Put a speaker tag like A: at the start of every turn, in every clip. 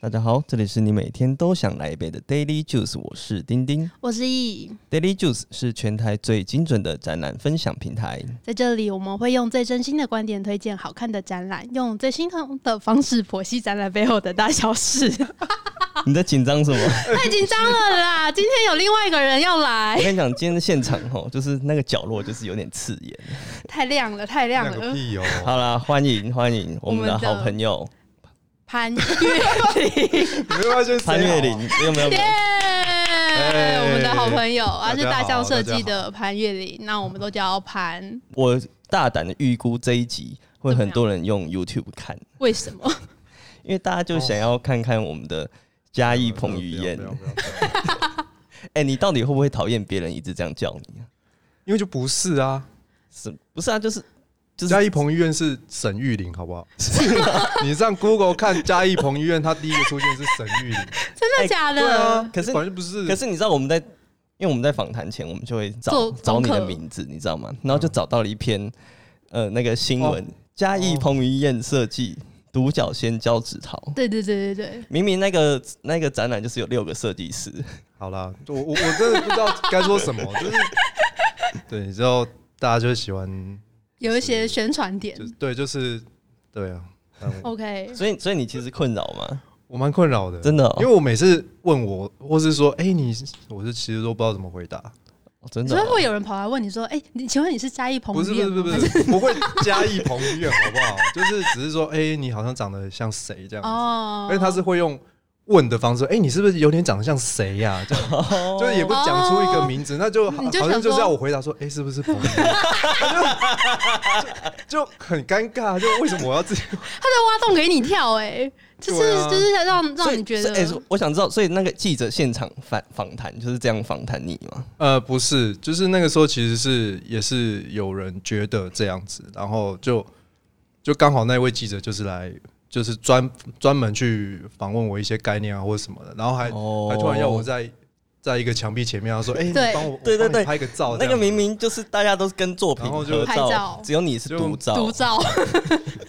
A: 大家好，这里是你每天都想来一杯的 Daily Juice，我是丁丁。
B: 我是易，
A: Daily Juice 是全台最精准的展览分享平 台。
B: 在这里我们会用最真心的观点推荐好看的展览，用最心疼的方式剖析展览背后的大小事。
A: 你在紧张什么？
B: 太紧张了啦！今天有另外一个人要
A: 我
B: 来，
A: 跟你讲，今天的现场吼，就是那个角落就是有点刺眼。
B: 太亮了，太亮
C: 那个
B: 了。
C: 屁 哦！
A: 好啦，欢迎欢迎我们的
B: 我们的
A: 好朋友
B: 潘越林，
C: 你们要不要先 say 好啊
A: 潘月玲，没有没有没有
B: 耶！我们的好朋友，他是哎大
C: 大家
B: 象
C: 好
B: 设计的潘越林，那我们都叫他 潘。
A: 我大胆的预估这一集会很多人用 YouTube 看，
B: 为什么？
A: 因为大家就想要看看我们的嘉义
C: 哦
A: 彭于晏
C: 不。要不要不要不要
A: 哎、你到底会不会讨厌别人一直这样叫你啊？
C: 因为就不是啊，
A: 是不是啊？就是就是
C: 嘉义彭于晏是沈 玉玲，好不好？你上 Google 看嘉义彭于晏，他第一个出现是沈玉 玲，
B: 真
A: 哎
B: 的假
C: 对
B: 的？
C: 啊，
A: 可是
C: 反正不是，
A: 可是你知道我们在，因为我们在访谈前，我们就会找
B: 做
A: 找你
B: 功
A: 的
B: 课
A: 名字，你知道吗？然后就找到了一篇呃那个新闻，嘉义
C: 哦
A: 彭于晏设计独角仙胶纸桃。
B: 对对对对对，
A: 明明那个那个展览就是有六个设计师，
C: 好啦，我我我真的不知道该 说什么，就是对，你知道大家就喜欢，
B: 有一些宣传点
A: 嗯
C: 就。对，就是对啊，但我
B: OK，
A: 所以所以你其实困扰吗？
C: 我蛮困扰的，
A: 真的哦
C: 因为我每次问我，或是说，哎，你，我是其实都不知道怎么回答，
A: 哦真的
B: 所以
A: 哦、
B: 会有人跑来问你说：“哎、你请问你是嘉义彭
C: 不是
B: 于
C: 不
B: 晏吗？”
C: 是不是不是 不会嘉义彭于晏 好不好？就是只是说，哎、你好像长得像谁这样子，
B: 哦，
C: 而且他是会用问的方式，哎、你是不是有点长得像谁呀、 这样就是也不讲出一个名字，那就好
B: 哦你就
C: 好像
B: 想说
C: 就是要我回答说，哎、是不是彭于晏？ 就就就很尴尬，就为什么我要自己？
B: 他在挖洞给你跳、哎，就是、
C: 对啊
B: 就是让
A: 所
B: 让
A: 以
B: 你觉得，
A: 所以哎我想知道，所以那个记者现场访访谈就是这样访谈你吗？
C: 呃，不是，就是那个时候其实是也是有人觉得这样子，然后就就刚好那位记者就是来就是专专门去访问我一些概念啊或者什么的，然后还、
A: 哦
C: 还突然要我在在一个墙壁前面， 他说：“哎、
B: 对
C: 你帮我
A: 对对
C: 我帮
A: 对
C: 你拍个照。”
A: 那个明明就是大家都是跟作品
C: 然后就
A: 合
B: 拍
A: 照
B: 照，
A: 只有你是
C: 就
A: 独照。
B: 独照，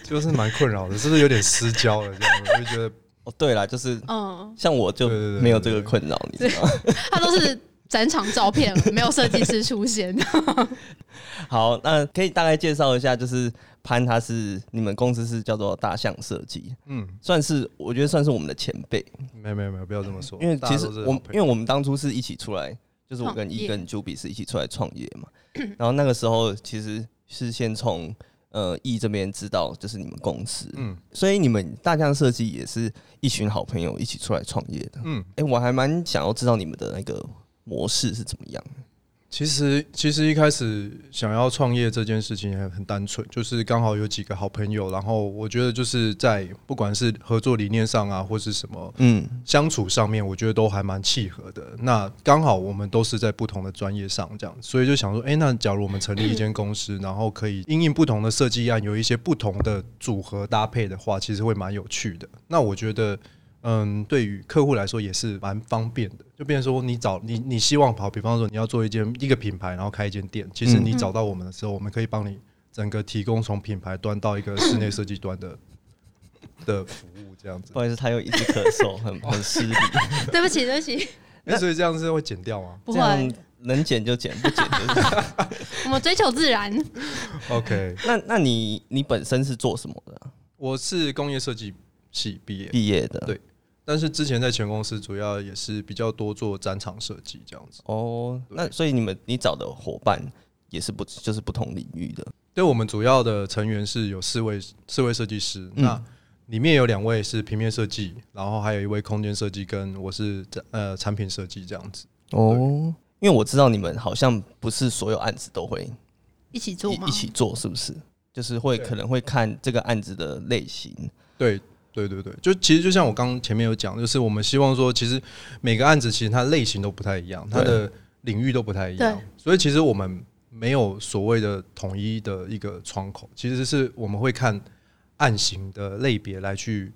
C: 就是蛮困扰的，是不是有点失焦了？这样我就觉得
A: 哦，对啦，就是
B: 嗯，
A: 像我就
C: 对对对
A: 没有这个困扰，你知 道吗？
B: 他都是展场照片，没有设计师出现。
A: 好，那可以大概介绍一下，就是潘他是你们公司是叫做大象设计，
C: 嗯，
A: 算是我觉得算是我们的前辈，
C: 没有没有没有，不要这么说，
A: 因为
C: 哦大
A: 其
C: 家
A: 实
C: 都是
A: 我
C: 好
A: 们
C: 朋
A: 因为
C: 友
A: 我们当初是一起出来，就是我
B: 创
A: 跟一
B: 业
A: 跟 Juby 是一起出来创业 嘛，然后那个时候其实是先从呃 E 这边知道就是你们公司，
C: 嗯
A: 所以你们大象设计也是一群好朋友一起出来创业的。
C: 嗯，
A: 哎、我还蛮想要知道你们的那个模式是怎么样。
C: 其实，其实一开始想要创业这件事情也很单纯，就是刚好有几个好朋友，然后我觉得就是在不管是合作理念上啊，或是什么
A: 嗯，
C: 相处上面，我觉得都还蛮契合的。那刚好我们都是在不同的专业上这样，所以就想说，哎、那假如我们成立一间公司，然后可以因应不同的设计案，有一些不同的组合搭配的话，其实会蛮有趣的。那我觉得。嗯，对于客户来说也是蛮方便的，就变成说你找你你希望跑，比方说你要做一间一个品牌，然后开一间店，其实你
B: 嗯
C: 找到我们的时候，我们可以帮你整个提供从品牌端到一个室内设计端的的服务这样 子
A: 不。好意思，他又一直咳嗽， 很
C: 哦
A: 很失礼。
B: 对不起，对不起，
C: 那所以这样是会剪掉吗
B: 不
A: 这
B: 会，
A: 样能剪就剪，不 剪就剪。
B: 我们追求自然。
C: ？OK，
A: 那那你你本身是做什么的啊？
C: 我是工业设计系毕业，
A: 毕业的？
C: 对但是之前在前公司主要也是比较多做展场设计这样子。
A: 哦，那所以你们你找的伙伴也是不就是不同领域的。
C: 对我们主要的成员是有四位四位设计师，那里面有两位是平面设计，然后还有一位空间设计，跟我是展呃产品设计这样子。
A: 哦，因为我知道你们好像不是所有案子都会
B: 一起做吗？
A: 一一起做，是不是？就是会
C: 对
A: 可能会看这个案子的类型。
C: 对对对对，就其实就像我刚刚前面有讲，就是我们希望说，其实每个案子其实它类型都不太一样，它的领域都不太一样
B: 对，
C: 所以其实我们没有所谓的统一的一个窗口，其实是我们会看案型的类别来去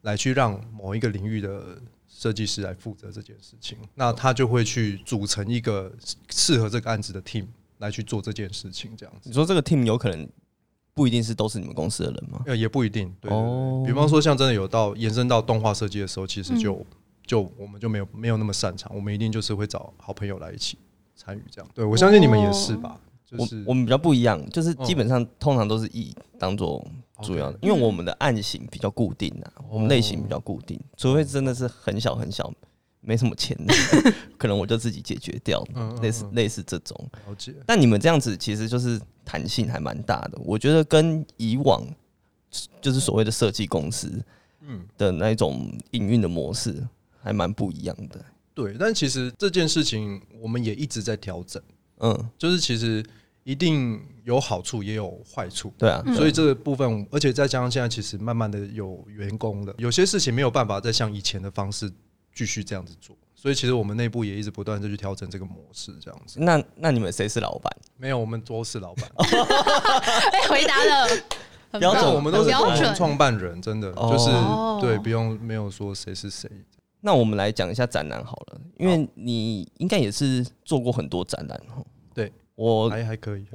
C: 来去让某一个领域的。设计师来负责这件事情，那他就会去组成一个适合这个案子的 team 来去做这件事情，这样子。
A: 你说这个 team 有可能不不一定是都是你们公司的人吗？
C: 呃，也不一定。对对对
A: 哦
C: 比方说像真的有到延伸到动画设计的时候，其实就、就我们就没有没有那么擅长，我们一定就是会找好朋友来一起参与这样。哦对我相信你们也是吧？就是
A: 我我们比较不一样，就是基
C: 嗯
A: 本上通常都是以当做主要的，因为我们的案型比较固定
C: 哦
A: 啊，我们类型比较固定，除非真的是很小很小，没什么 钱的，可能我就自己解决掉，
C: 嗯嗯
A: 类似
C: 嗯
A: 类似这种。
C: 了解。
A: 但你们这样子其实就是弹性还蛮大的，我觉得跟以往就是所谓的设计公司
C: 嗯，
A: 的那种营运的模式还蛮不一样的。
C: 对。但其实这件事情我们也一直在调整，
A: 嗯，
C: 就是其实一定有好处也有坏处。
A: 对啊，
C: 所以这个部分，而且再加上现在其实慢慢的有员工了，有些事情没有办法再像以前的方式继续这样子做，所以其实我们内部也一直不断的去调整这个模式，这样子。
A: 那那你们谁是老板？
C: 没有，我们都是老板，
B: 哎，回答了，很棒
A: 标准
C: 但我们都是
B: 标
C: 共同
B: 准。
C: 创办人，真的
A: 哦
C: 就是
B: 哦
C: 对，不用没有说谁是谁。
A: 那我们来讲一下展览好了，因为你应该也是做过很多展览哦。
C: 对，
A: 我
C: 还还可以，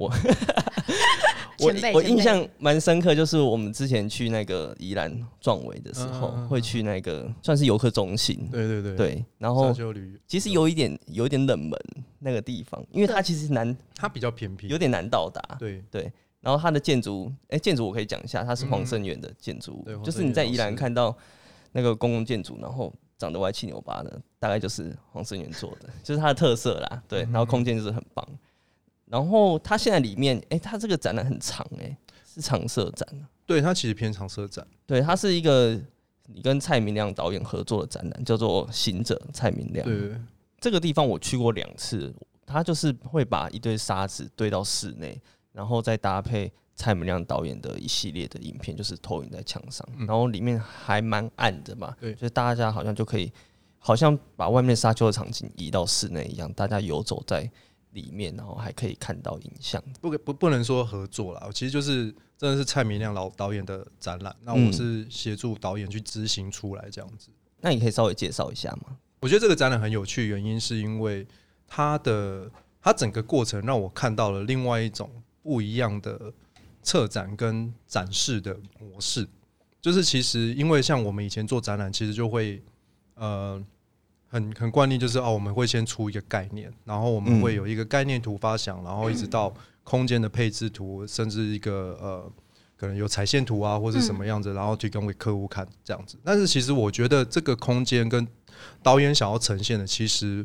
A: 我
B: 前辈
A: 我
B: 前辈
A: 印象蛮深刻，就是我们之前去那个宜兰壮围的时候，
C: 嗯嗯嗯
A: 会去那个算是游客中心，
C: 对对对，
A: 对，然
C: 沙
A: 后
C: 丘旅
A: 其实有一点有一点冷门那个地方，因为它
B: 对
A: 其实难
C: 它比较偏僻
A: 有，点难到达，
C: 对
A: 然后它的建筑，哎、建筑我可以讲一下，它是
C: 嗯
A: 黄胜远的建筑物，
C: 对黄
A: 就是
C: 胜
A: 你
C: 远
A: 在
C: 老
A: 宜兰
C: 师
A: 看到那个公共建筑，然后长得歪七扭八的，大概就是黄胜远做 的，就是它的特色啦。
C: 嗯
A: 对，然后空间就是很棒。然后它现在里面，哎、它这个展览很长、哎，是常设展啊。
C: 对，它其实偏长车展，
A: 对，它是一个你跟蔡明亮导演合作的展览，叫做《行者》。蔡明亮，
C: 对，
A: 这个地方我去过两次，他就是会把一堆沙子堆到室内，然后再搭配蔡明亮导演的一系列的影片，就是投影在墙上，
C: 嗯
A: 然后里面还蛮暗的嘛，
C: 对
A: 就是大家好像就可以，好像把外面沙丘的场景移到室内一样，大家游走在里面，然后还可以看到影像。
C: 不可不不能说合作啦，其实就是真的是蔡明亮老导演的展览，那
A: 嗯
C: 我是协助导演去执行出来这样子。
A: 那你可以稍微介绍一下吗？
C: 我觉得这个展览很有趣，原因是因为它的它整个过程让我看到了另外一种不一样的策展跟展示的模式。就是其实因为像我们以前做展览，其实就会呃很很惯例，就是哦我们会先出一个概念，然后我们
A: 嗯
C: 会有一个概念图发想，然后一直到空间的配置图，甚至一个呃可能有彩线图啊，或是什么样子，然后提供给客户看这样子。但是其实我觉得这个空间跟导演想要呈现的，其实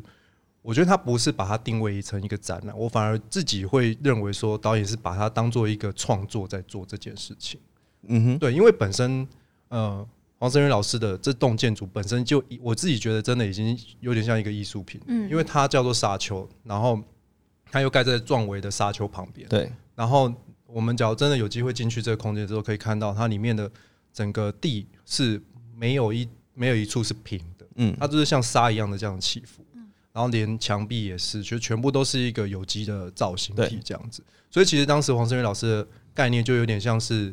C: 我觉得他不是把它定位成一个展览，我反而自己会认为说，导演是把它当做一个创作在做这件事情。
A: 嗯哼，
C: 对，因为本身呃，黄生元老师的这栋建筑本身就已我自己觉得真的已经有点像一个艺术品，
B: 嗯
C: 因为它叫做沙丘，然后它又盖在壮围的沙丘旁边，
A: 对，
C: 然后我们假如真的有机会进去这个空间之后，可以看到它里面的整个地是没有一没有一处是平的，
A: 嗯
C: 它就是像沙一样的这样起伏，然后连墙壁也是，就全部都是一个有机的造型体
A: 对
C: 这样子。所以其实当时黄生元老师的概念就有点像是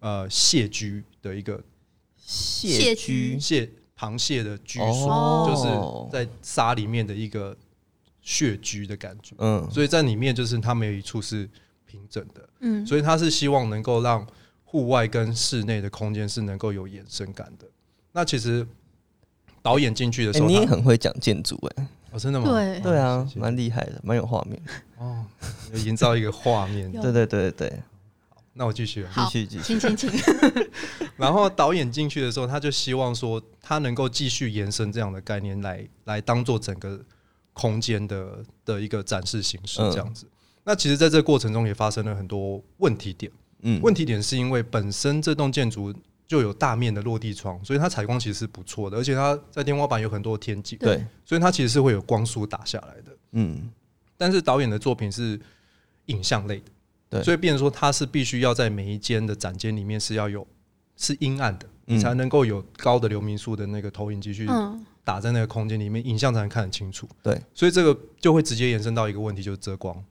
C: 呃蟹居的一个
A: 蟹
B: 居
C: 蟹螃蟹的居所，
A: 哦，
C: 就是在沙里面的一个穴居的感觉。
A: 嗯
C: 所以在里面就是它没有一处是平整的，
B: 嗯，
C: 所以他是希望能够让户外跟室内的空间是能够有延伸感的。那其实导演进去的
A: 哎
C: 时候
A: 你
C: 他，
A: 也很会讲建筑哎、
C: 哦，真的吗？
B: 对
C: 哦
A: 对啊，
C: 谢谢
A: 蛮厉害的，蛮有画面。
C: 哦，有营造一个画面。
B: 有
A: 对对对对对，
C: 那我继续了。啊
B: 好
A: 继续继续。
B: 请请请，
C: 然后导演进去的时候，他就希望说，他能够继续延伸这样的概念来来当做整个空间的的一个展示形式
A: 嗯
C: 这样子。那其实，在这个过程中也发生了很多问题点。
A: 嗯，
C: 问题点是因为本身这栋建筑就有大面的落地窗，所以它采光其实是不错的，而且它在天花板有很多天井，
A: 对，
C: 所以它其实是会有光束打下来的。
A: 嗯，
C: 但是导演的作品是影像类的，
A: 对
C: 所以变成说它是必须要在每一间的展间里面是要有是阴暗的，
A: 嗯
C: 你才能够有高的流明数的那个投影机去
B: 嗯，
C: 打在那个空间里面，影像才能看得清楚。
A: 对，
C: 所以这个就会直接延伸到一个问题，就是遮光。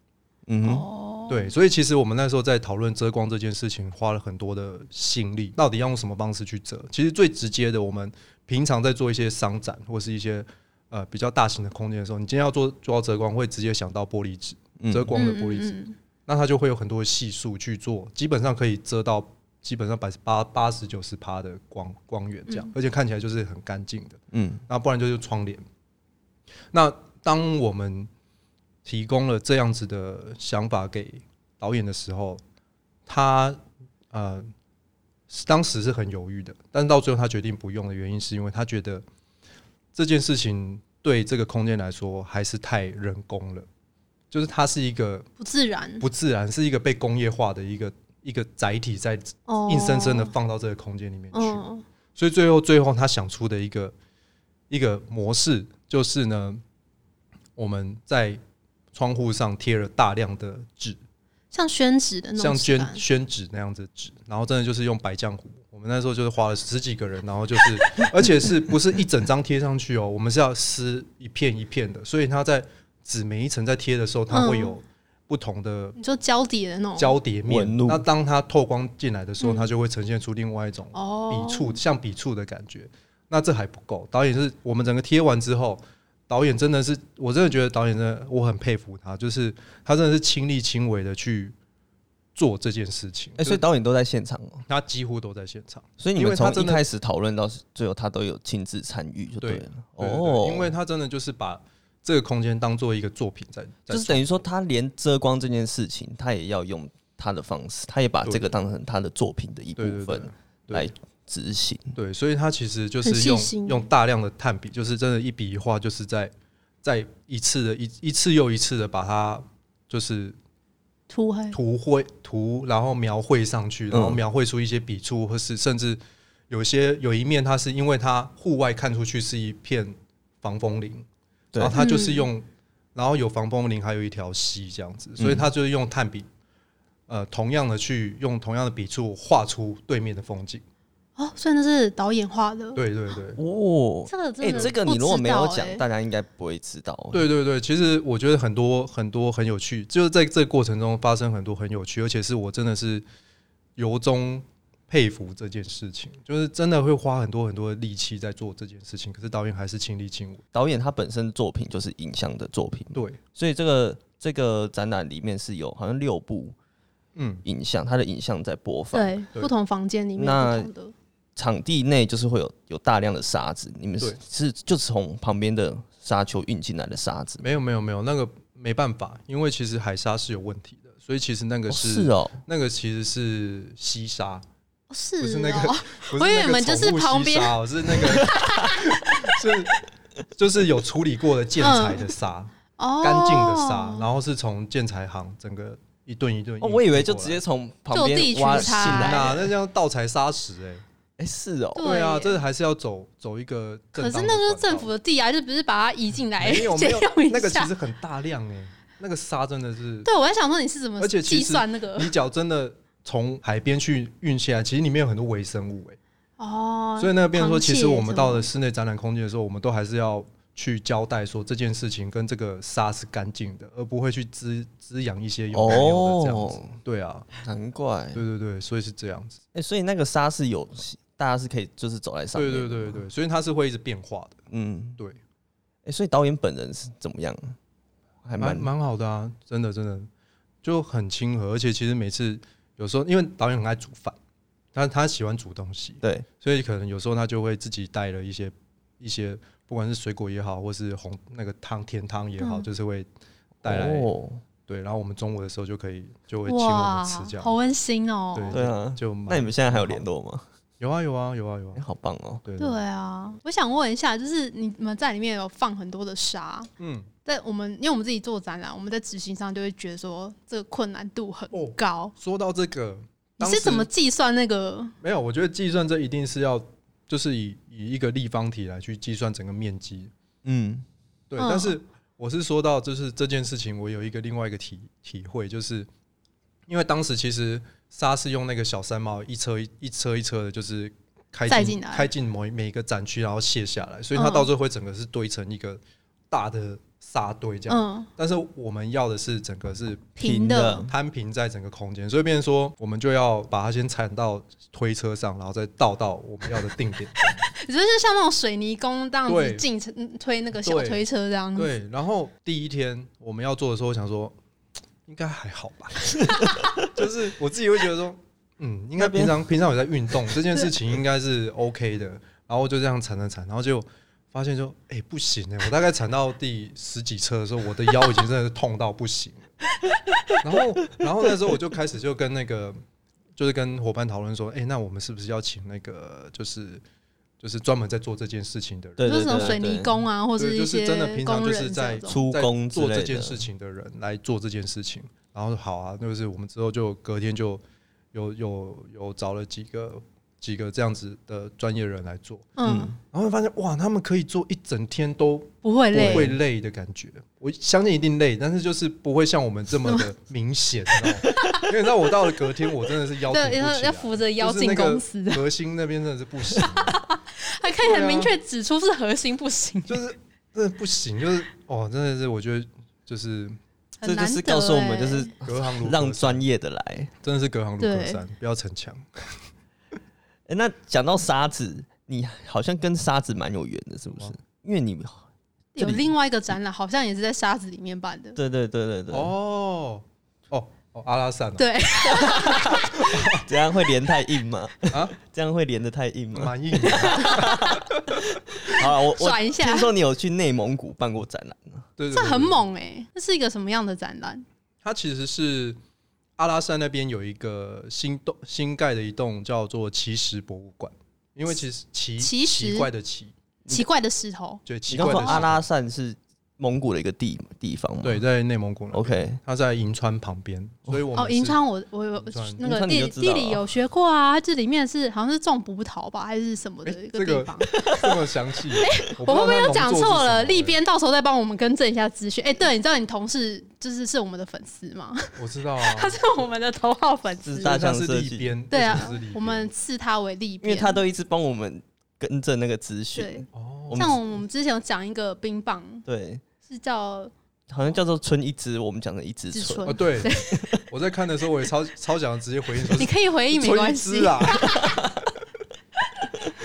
A: 嗯哼，
B: 哦，
C: 对，所以其实我们那时候在讨论遮光这件事情，花了很多的心力，到底要用什么方式去遮？其实最直接的，我们平常在做一些商展或是一些呃比较大型的空间的时候，你今天要做做到遮光，会直接想到玻璃纸，
A: 嗯
C: 遮光的玻璃纸。
B: 嗯嗯嗯
C: 那它就会有很多的系数去做，基本上可以遮到基本上百八八十九十趴的光光源这样，
B: 嗯
C: 而且看起来就是很干净的。
A: 嗯
C: 那不然就是窗帘。那当我们提供了这样子的想法给导演的时候，他呃当时是很犹豫的，但到最后他决定不用的原因，是因为他觉得这件事情对这个空间来说还是太人工了，就是它是一个
B: 不自然，
C: 不自然，是一个被工业化的一个一个载体，在
B: 哦
C: 硬生生的，放到这个空间里面去。
B: 嗯，
C: 所以最后最后他想出的一个一个模式就是呢，我们在窗户上贴了大量的纸，
B: 像宣纸的那种
C: 像
B: 质
C: 宣
B: 感，
C: 宣纸那样子的纸，然后真的就是用白浆糊。我们那时候就是花了十几个人，然后就是， 而且是不是一整张贴上去哦？我们是要撕一片一片的，所以它在纸每一层在贴的时候，它会
B: 嗯
C: 有不同的
B: 你说胶底的那种
C: 交叠面
A: 纹。路
C: 那当它透光进来的时候，
B: 嗯
C: 它就会呈现出另外一种
B: 哦，
C: 笔触，像笔触的感觉。那这还不够，导演是我们整个贴完之后，导演真的是，我真的觉得导演真的，我很佩服他，就是他真的是亲力亲为的去做这件事情。
A: 哎、所以导演都在现场哦、
C: 他几乎都在现场，
A: 所以你
C: 因
A: 们
C: 为他
A: 从一
C: 真的
A: 开始讨论到最后，他都有亲自参与，就
C: 对
A: 了。
C: 对对
A: 哦，
C: 因为他真的就是把这个空间当做一个作品在，在
A: 就是等于说，他连遮光这件事情，他也要用他的方式，他也把
C: 对
A: 这个当成他的作品的一部
C: 对对对
A: 分
C: 对
A: 来执行。
C: 对，所以他其实就
B: 很
C: 是
B: 细心
C: 用用大量的炭笔，就是真的一笔一画，就是在在一次的一一次又一次的把它就是
B: 涂黑，
C: 图绘图，然后描绘上去，然后
A: 嗯
C: 描绘出一些笔触，或是甚至有些有一面，它是因为它户外看出去是一片防风林，
A: 对
C: 然后它就是用，然后有防风林，还有一条溪这样子，
A: 嗯
C: 所以它就是用炭笔，呃，同样的去用同样的笔触画出对面的风景。
B: 哦，所以那是导演画的，
C: 对对对。
A: 哦，
B: 这个真
A: 哎、
B: 的
A: 这个
B: 不
A: 你如果
B: 知
A: 没有
B: 道
A: 讲，
B: 哎
A: 大家应该不会知道。，哦
C: 对对对，其实我觉得很多很多很有趣，就是在这个过程中发生很多很有趣，而且是我真的是由衷佩服这件事情，就是真的会花很多很多的力气在做这件事情，可是导演还是亲力亲为。
A: 导演他本身的作品就是影像的作品，
C: 对，
A: 所以这个这个展览里面是有好像六部
C: 嗯，
A: 影像，它的影像在播放。
B: 对，
C: 对
B: 不同房间里面
A: 那
B: 不同的，哦
A: 场地内就是会有有大量的沙子，你们是
C: 对
A: 是就是从旁边的沙丘运进来的沙子吗。
C: 没有没有没有，那个没办法，因为其实海沙是有问题的，所以其实那个
A: 哦
C: 是、
A: 是哦，
C: 那个其实是西沙，
B: 哦是
C: 不是那个
B: 哦
C: 不
B: 我以为
C: 那
B: 你
C: 个
B: 们就是
C: 宠物西
B: 旁边
C: 沙哦，是那个 是就是有处理过的建材的沙。
B: 哦
C: 干净的沙，然后是从建材行整个一顿一顿运
A: 哦，
C: 过来。
A: 我以为就直接从旁
B: 就地
A: 边
B: 取
A: 挖进
B: 材
A: 来。
C: 嗯啊那那这样盗采砂石哎、
A: 哎、是哦，
B: 对
C: 对啊，
B: 耶
C: 这还是要走走一个正
B: 可
C: 当
B: 是
C: 的管道。
B: 那就是政府的地啊，就不是把它移进来
C: 没有
B: 借
C: 没有
B: 用
C: 那
B: 一
C: 个其
B: 下
C: 实。很大量哎、那个沙真的是，
B: 对，我在想说你是怎么
C: 而且其
B: 计
C: 实
B: 算那个
C: 你脚真的从海边去运下来，其实里面有很多微生物哎、
B: 哦，
C: 所以那边说，其
B: 螃蟹
C: 实我们到
B: 什
C: 了
B: 么
C: 室内展览空间的时候，我们都还是要去交代说这件事情跟这个沙是干净的，而不会去滋滋养一些有没有的这样子。
A: 哦
C: 对啊，
A: 难怪。哎、
C: 对对对，所以是这样子。
A: 所以那个沙是有，大家是可以就是走在上
C: 对
A: 面。
C: 对对，对，所以它是会一直变化的，
A: 嗯，
C: 对，
A: 哎、所以导演本人是怎么样？还蛮
C: 蛮蛮好的啊，真的真的就很亲和，而且其实每次有时候因为导演很爱煮饭，但他喜欢煮东西，
A: 对，
C: 所以可能有时候他就会自己带了一些一些，不管是水果也好，或是红那个汤甜汤也好，
B: 嗯
C: 就是会带来、
A: 哦，
C: 对，然后我们中午的时候就可以就会请我
B: 哇
C: 们吃这，
B: 好
C: 样，
B: 温馨哦。
C: 对
A: 对啊。
C: 就蛮
A: 那你们现在还有联络吗？
C: 有啊有啊有啊有
A: 哎、
C: 啊，
A: 好棒哦！
C: 对
B: 对啊，我想问一下，就是你们在里面有放很多的沙，
C: 嗯，
B: 在我们因为我们自己做展览，我们在执行上就会觉得说这个困难度很
C: 哦
B: 高。
C: 说到这个，
B: 你
C: 当
B: 是
C: 时
B: 怎么计算那个？
C: 没有，我觉得计算这一定是要，就是以以一个立方体来去计算整个面积。
A: 嗯，
C: 对，
B: 嗯
C: 但是我是说到，就是这件事情，我有一个另外一个体体会，就是因为当时其实沙是用那个小山猫一车一一车一车的，就是开
B: 载
C: 进
B: 进来
C: 开进某一每一个展区，然后卸下来，所以它
B: 嗯
C: 到最后会整个是堆成一个大的沙堆这样。
B: 嗯，
C: 但是我们要的是整个是
B: 平
A: 平
B: 的
A: 的
C: 摊平在整个空间，所以变成说，我们就要把它先铲到推车上，然后再倒到我们要的定点。
B: 你就是像那种水泥工这样子
C: 对
B: 进嗯推那个小
C: 对
B: 推车这样子。
C: 对，然后第一天我们要做的时候，我想说，应该还好吧。 就是我自己会觉得说，嗯，应该平常平常有在运动这件事情应该是 OK 的，然后就这样铲铲铲，然后就发现说，哎、不行哎、我大概铲到第十几车的时候，我的腰已经真的是痛到不行。 然后，然后那时候我就开始就跟那个，就是跟伙伴讨论说，哎、那我们是不是要请那个，就是就是专门在做这件事情的人？
A: 对
B: 就是
A: 对
B: 什么
A: 对
B: 水泥
A: 对，
B: 工啊，或
C: 对
B: 一
C: 就是
B: 些
C: 真的平常
B: 工
C: 就是
B: 人
C: 在
B: 这种
A: 出工之
C: 做
A: 类
C: 这
A: 的
C: 件事情的人来做这件事情。然后好啊，就是我们之后就隔天就有有有找了几个几个这样子的专业人来做，
B: 嗯，
C: 然后发现哇，他们可以做一整天都
B: 不会
C: 不
B: 累，
C: 会累的感觉。我相信一定累，但是就是不会像我们这么 的明显，你知道吗？因为你知道我到了隔天，我真的是腰挺不
B: 对，
C: 起
B: 要
C: 来
B: 要扶着腰
C: 就是那
B: 进
C: 个
B: 公司，
C: 核心那边真的是不行，
B: 还可以
C: 对
B: 很
C: 啊
B: 明确指出是核心不 行，
C: 就是真的不行，就是哦，真的是我觉得就是
A: 这
B: 很
A: 就
B: 难
A: 是
B: 得
A: 告诉我们，就
B: 欸
A: 是
C: 隔行如隔
A: 让
C: 山
A: 专业的来。
C: 真的是隔行如隔
B: 对
C: 山，不要逞强。
A: 欸那讲到沙子，你好像跟沙子蛮有缘的，是不是
C: 哇？
A: 因为你
B: 有另外一个展览，好像也是在沙子里面办的。
A: 对对对对对，
C: 哦哦哦，阿拉善啊，
B: 对，
A: 这样会连太硬吗？
C: 啊，
A: 这样会连的太硬吗？
C: 蛮硬 的，
A: 好啊了，我我
B: 转一下
A: 听，说你有去内蒙古办过展览啊，
C: 对 对，
B: 这
C: 对
B: 很。猛哎、这是一个什么样的展览？
C: 它其实是阿拉善那边有一个新栋新盖的一栋叫做奇石博物馆，因为其实奇
B: 奇石
C: 奇怪的奇，
B: 奇怪的石头，
C: 对奇
A: 你
C: 怪
A: 刚
C: 的
A: 说
C: 石
A: 阿拉善是蒙古的一个地地方吗？
C: 对，在内蒙古那边，
A: ，OK，
C: 它在银川旁边，所以我们
B: 哦，
C: 是
B: 银川我我有
C: 银川
B: 那
A: 银
B: 个
A: 川你
B: 地
A: 就知道
B: 地理
A: 了
B: 有学过啊，这里面是好像是种葡萄吧，还是什么的
C: 诶
B: 一
C: 这个
B: 地方。
C: 这么详 细，我
B: 我会不会又
C: 又
B: 讲错了？立，边到时候再帮我们更正一下资讯。哎、对，你知道你同事就是是我们的粉丝吗？
C: 我知道啊，
B: 他是我们的头号粉丝
A: 是。大象
C: 因为它
A: 设
C: 是
A: 计
C: 立边，
B: 对
C: 为什
B: 啊
C: 么是立，边
B: 我们视他为立
A: 因
B: 边，
A: 为他都一直帮我们更正那个资
B: 对
A: 讯，，
C: 哦
A: 我们
B: 像我们之前有讲一个冰棒，
A: 对，
B: 是叫
A: 好像叫做春一枝，我们讲的一枝
B: 紫
A: 春，
B: 春
C: 哦，，对， 我在看的时候我也超超想直接回应说
B: 你可以回应没
C: 春
B: 关
C: 一枝
B: 系，
C: 啊。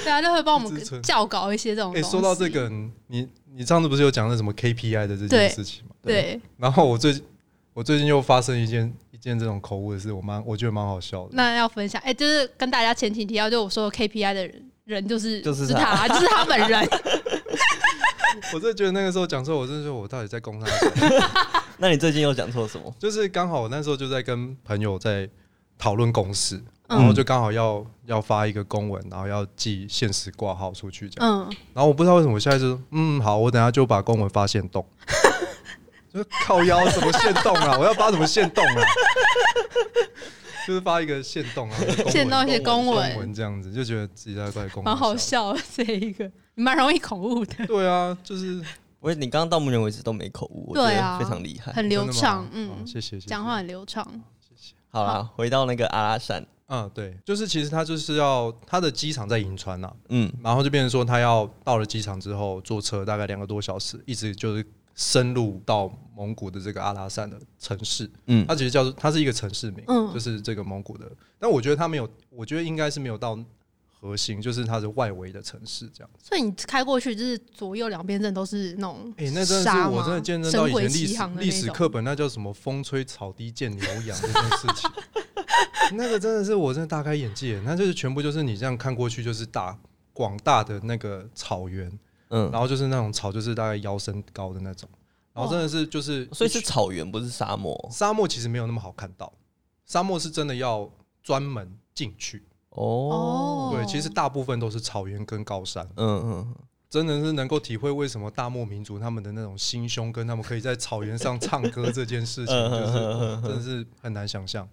B: 对啊，就会帮我
C: 紫
B: 们
C: 春
B: 教稿一些这种
C: 哎、
B: 东西。
C: 说到这个，你你上次不是有讲那什么 KPI 的这
B: 对
C: 件事情吗？
B: 对，
C: 然后我最我最近又发生一件一件这种口误的事，我蛮我觉得蛮好笑的。
B: 那要分享，哎、就是跟大家前情提要，就我说 KPI 的人人就是
A: 就是
B: 他，就是他本人，
C: 我真的觉得那个时候讲错，我真的觉得我到底在攻他小，
A: 那你最近又讲错什么？
C: 就是刚好我那时候就在跟朋友在讨论公司，
B: 嗯
C: 然后就刚好要要发一个公文，然后要寄限时挂号出去这样。
B: 嗯，
C: 然后我不知道为什么我现在就说嗯好，我等下就把公文 发现动，就是靠腰什么限动啊，我要发什么限 动啊，就是发一个限动啊，
B: 限动一些公
C: 公
B: 文
C: 公文这样子，就觉得自己在怪公文，
B: 蛮好。 笑 的这一个，蛮容易口误的，
C: 对啊，就是
A: 我你刚刚到目前为止都没口误，我觉
B: 对
A: 得
B: 啊
A: 非常厉害。
B: 很流畅，
C: 真的吗哦
B: 嗯，
C: 谢谢谢谢
B: 讲话很流畅，
A: 好啦，回到那个阿拉善，
C: 嗯，对，就是其实他就是要他的机场在银川啊呐、
A: 嗯，
C: 然后就变成说他要到了机场之后坐车大概两个多小时，一直就是深入到蒙古的这个阿拉善的城市。
A: 嗯
C: 它其实叫做它是一个城市名，
B: 嗯
C: 就是这个蒙古的。但我觉得它没有，我觉得应该是没有到核心，就是它是外围的城市这样。
B: 所以你开过去就是左右两边阵都是那种
C: 哎、那真的
B: 沙
C: 是
B: 吗
C: 我真的见证到以前
B: 神鬼
C: 历
B: 奇
C: 史
B: 航的那
C: 历
B: 种
C: 史课本，那叫什么“风吹草低见牛羊”这件事情， 那个真的是我真的大开眼界。那就是全部就是你这样看过去，就是大广大的那个草原，
A: 嗯，
C: 然后就是那种草，就是大概腰身高的那种，然后真的是就是，
A: 哦所以是草原，不是沙漠
C: 沙漠其实没有那么好看到，沙漠是真的要专门进去。
A: 哦。
C: 对，其实大部分都是草原跟高山，
A: 嗯嗯，嗯
C: 真的是能够体会为什么大漠民族他们的那种心胸，跟他们可以在草原上唱歌这件事情，
A: 嗯
C: 就是
A: 嗯嗯嗯嗯
C: 真的是很难想象。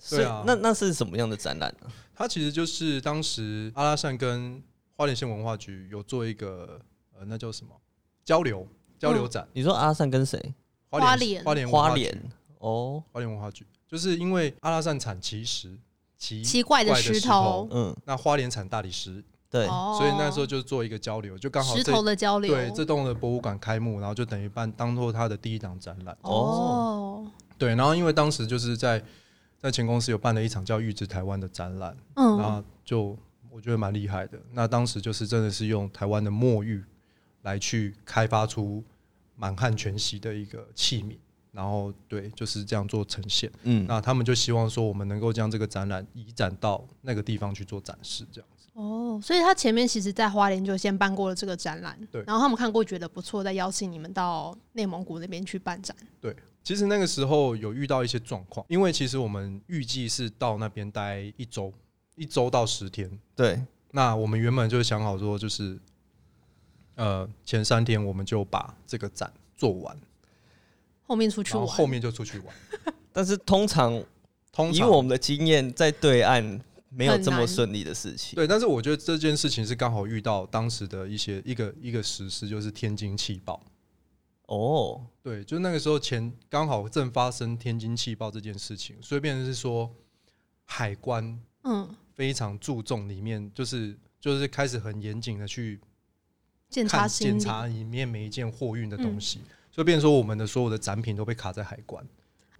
A: 所以
C: 对啊
A: 那那是什么样的展览啊呢？
C: 它其实就是当时阿拉善跟花莲县文化局有做一个呃，那叫什么交流交流展，
A: 你说阿善跟谁？
C: 花莲
B: 花
C: 花莲
A: 嗯花
C: 文化局
A: 莲哦，
C: 花莲文化局，就是因为阿拉善产奇石，奇
B: 奇怪的石头，
A: 嗯，
C: 那花莲产大理石，
A: 对，
B: 哦
C: 所以那时候就做一个交流，就刚好
B: 石
C: 这
B: 头的交流，
C: 对这栋的博物馆开幕，然后就等于办当做它的第一档展览。
B: 哦，
C: 对，然后因为当时就是在在前公司有办了一场叫“预知台湾”的展览，
B: 嗯，
C: 那就我觉得蛮厉害的。那当时就是真的是用台湾的墨玉来去开发出满汉全席的一个器皿，然后对，就是这样做呈现。
A: 嗯，
C: 那他们就希望说，我们能够将这个展览移展到那个地方去做展示，这样。
B: 哦，所以他前面其实，在花莲就先办过了这个展览，
C: 对
B: 然后他们看过觉得不错，再邀请你们到内蒙古那边去办展。
C: 其实那个时候有遇到一些状况，因为其实我们预计是到那边待一周，一周到十天。
A: 对，
C: 那我们原本就想好说，就是呃前三天我们就把这个展做完，
B: 后面出去
C: 然后
B: 玩，
C: 后面就出去玩。
A: 但是通常
C: 通
A: 以
C: 常
A: 我们的经验，在对岸没有
B: 很
A: 这么
B: 难
A: 顺利的事情。
C: 对，但是我觉得这件事情是刚好遇到当时的一些一个一个实施，就是天津气爆。
A: 哦，
C: 对，就那个时候前刚好正发生天津气爆这件事情，所以变成是说海关
B: 嗯，
C: 非常注重里面，就是就是开始很严谨的去
B: 检查嗯
C: 看
B: 行
C: 检
B: 李，嗯
C: 查里面每一件货运的东西，所以变成说我们的所有的展品都被卡在海关。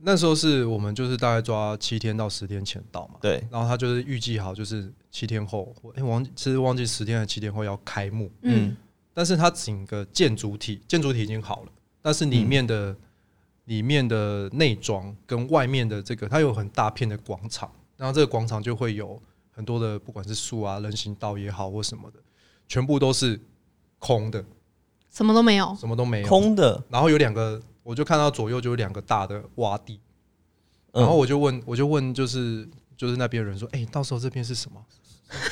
C: 那时候是我们就是大概抓七天到十天前到嘛，
A: 对，
C: 然后他就是预计好就是七天后，我哎、忘记其实忘记十天还是七天后要开幕，
B: 嗯
A: 嗯，
C: 但是它整个建筑体建筑体已经好了，但是里面的、里面的内装跟外面的这个，它有很大片的广场，然后这个广场就会有很多的不管是树啊、人行道也好或什么的，全部都是空的，
B: 什么都没有，
C: 什么都没有。
A: 空的，
C: 然后有两个，我就看到左右就有两个大的洼地，
A: 嗯
C: 然后我就问，我就问，就是就是那边人说，哎、到时候这边是什么？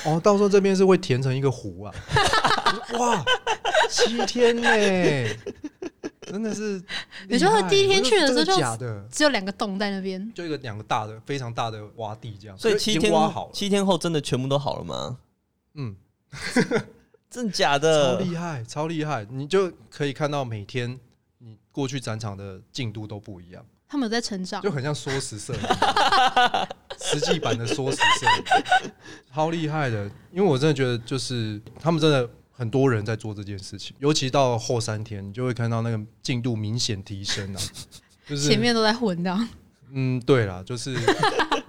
C: 哦，到时候这边是会填成一个湖啊！ 我说哇，七天呢、真的是厉害。
B: 你说他第一天去的时候
C: 我
B: 就
C: 说真的假的，
B: 只有两个洞在那边，
C: 就一个两个大的、非常大的洼地这样，
A: 所以
C: 就已
A: 七
C: 经
A: 天
C: 挖好了，
A: 七天后真的全部都好了吗？
C: 嗯，
A: 真的假
C: 超
A: 的？
C: 厉害，超厉害，你就可以看到每天你过去展场的进度都不一样。
B: 他们有在成长
C: 就，很像缩时摄影， 实际版的缩时摄影，超厉害的。因为我真的觉得，就是他们真的很多人在做这件事情，尤其到后三天，你就会看到那个进度明显提升 啊。就是
B: 前面都在混的，
C: 嗯，对啦，就是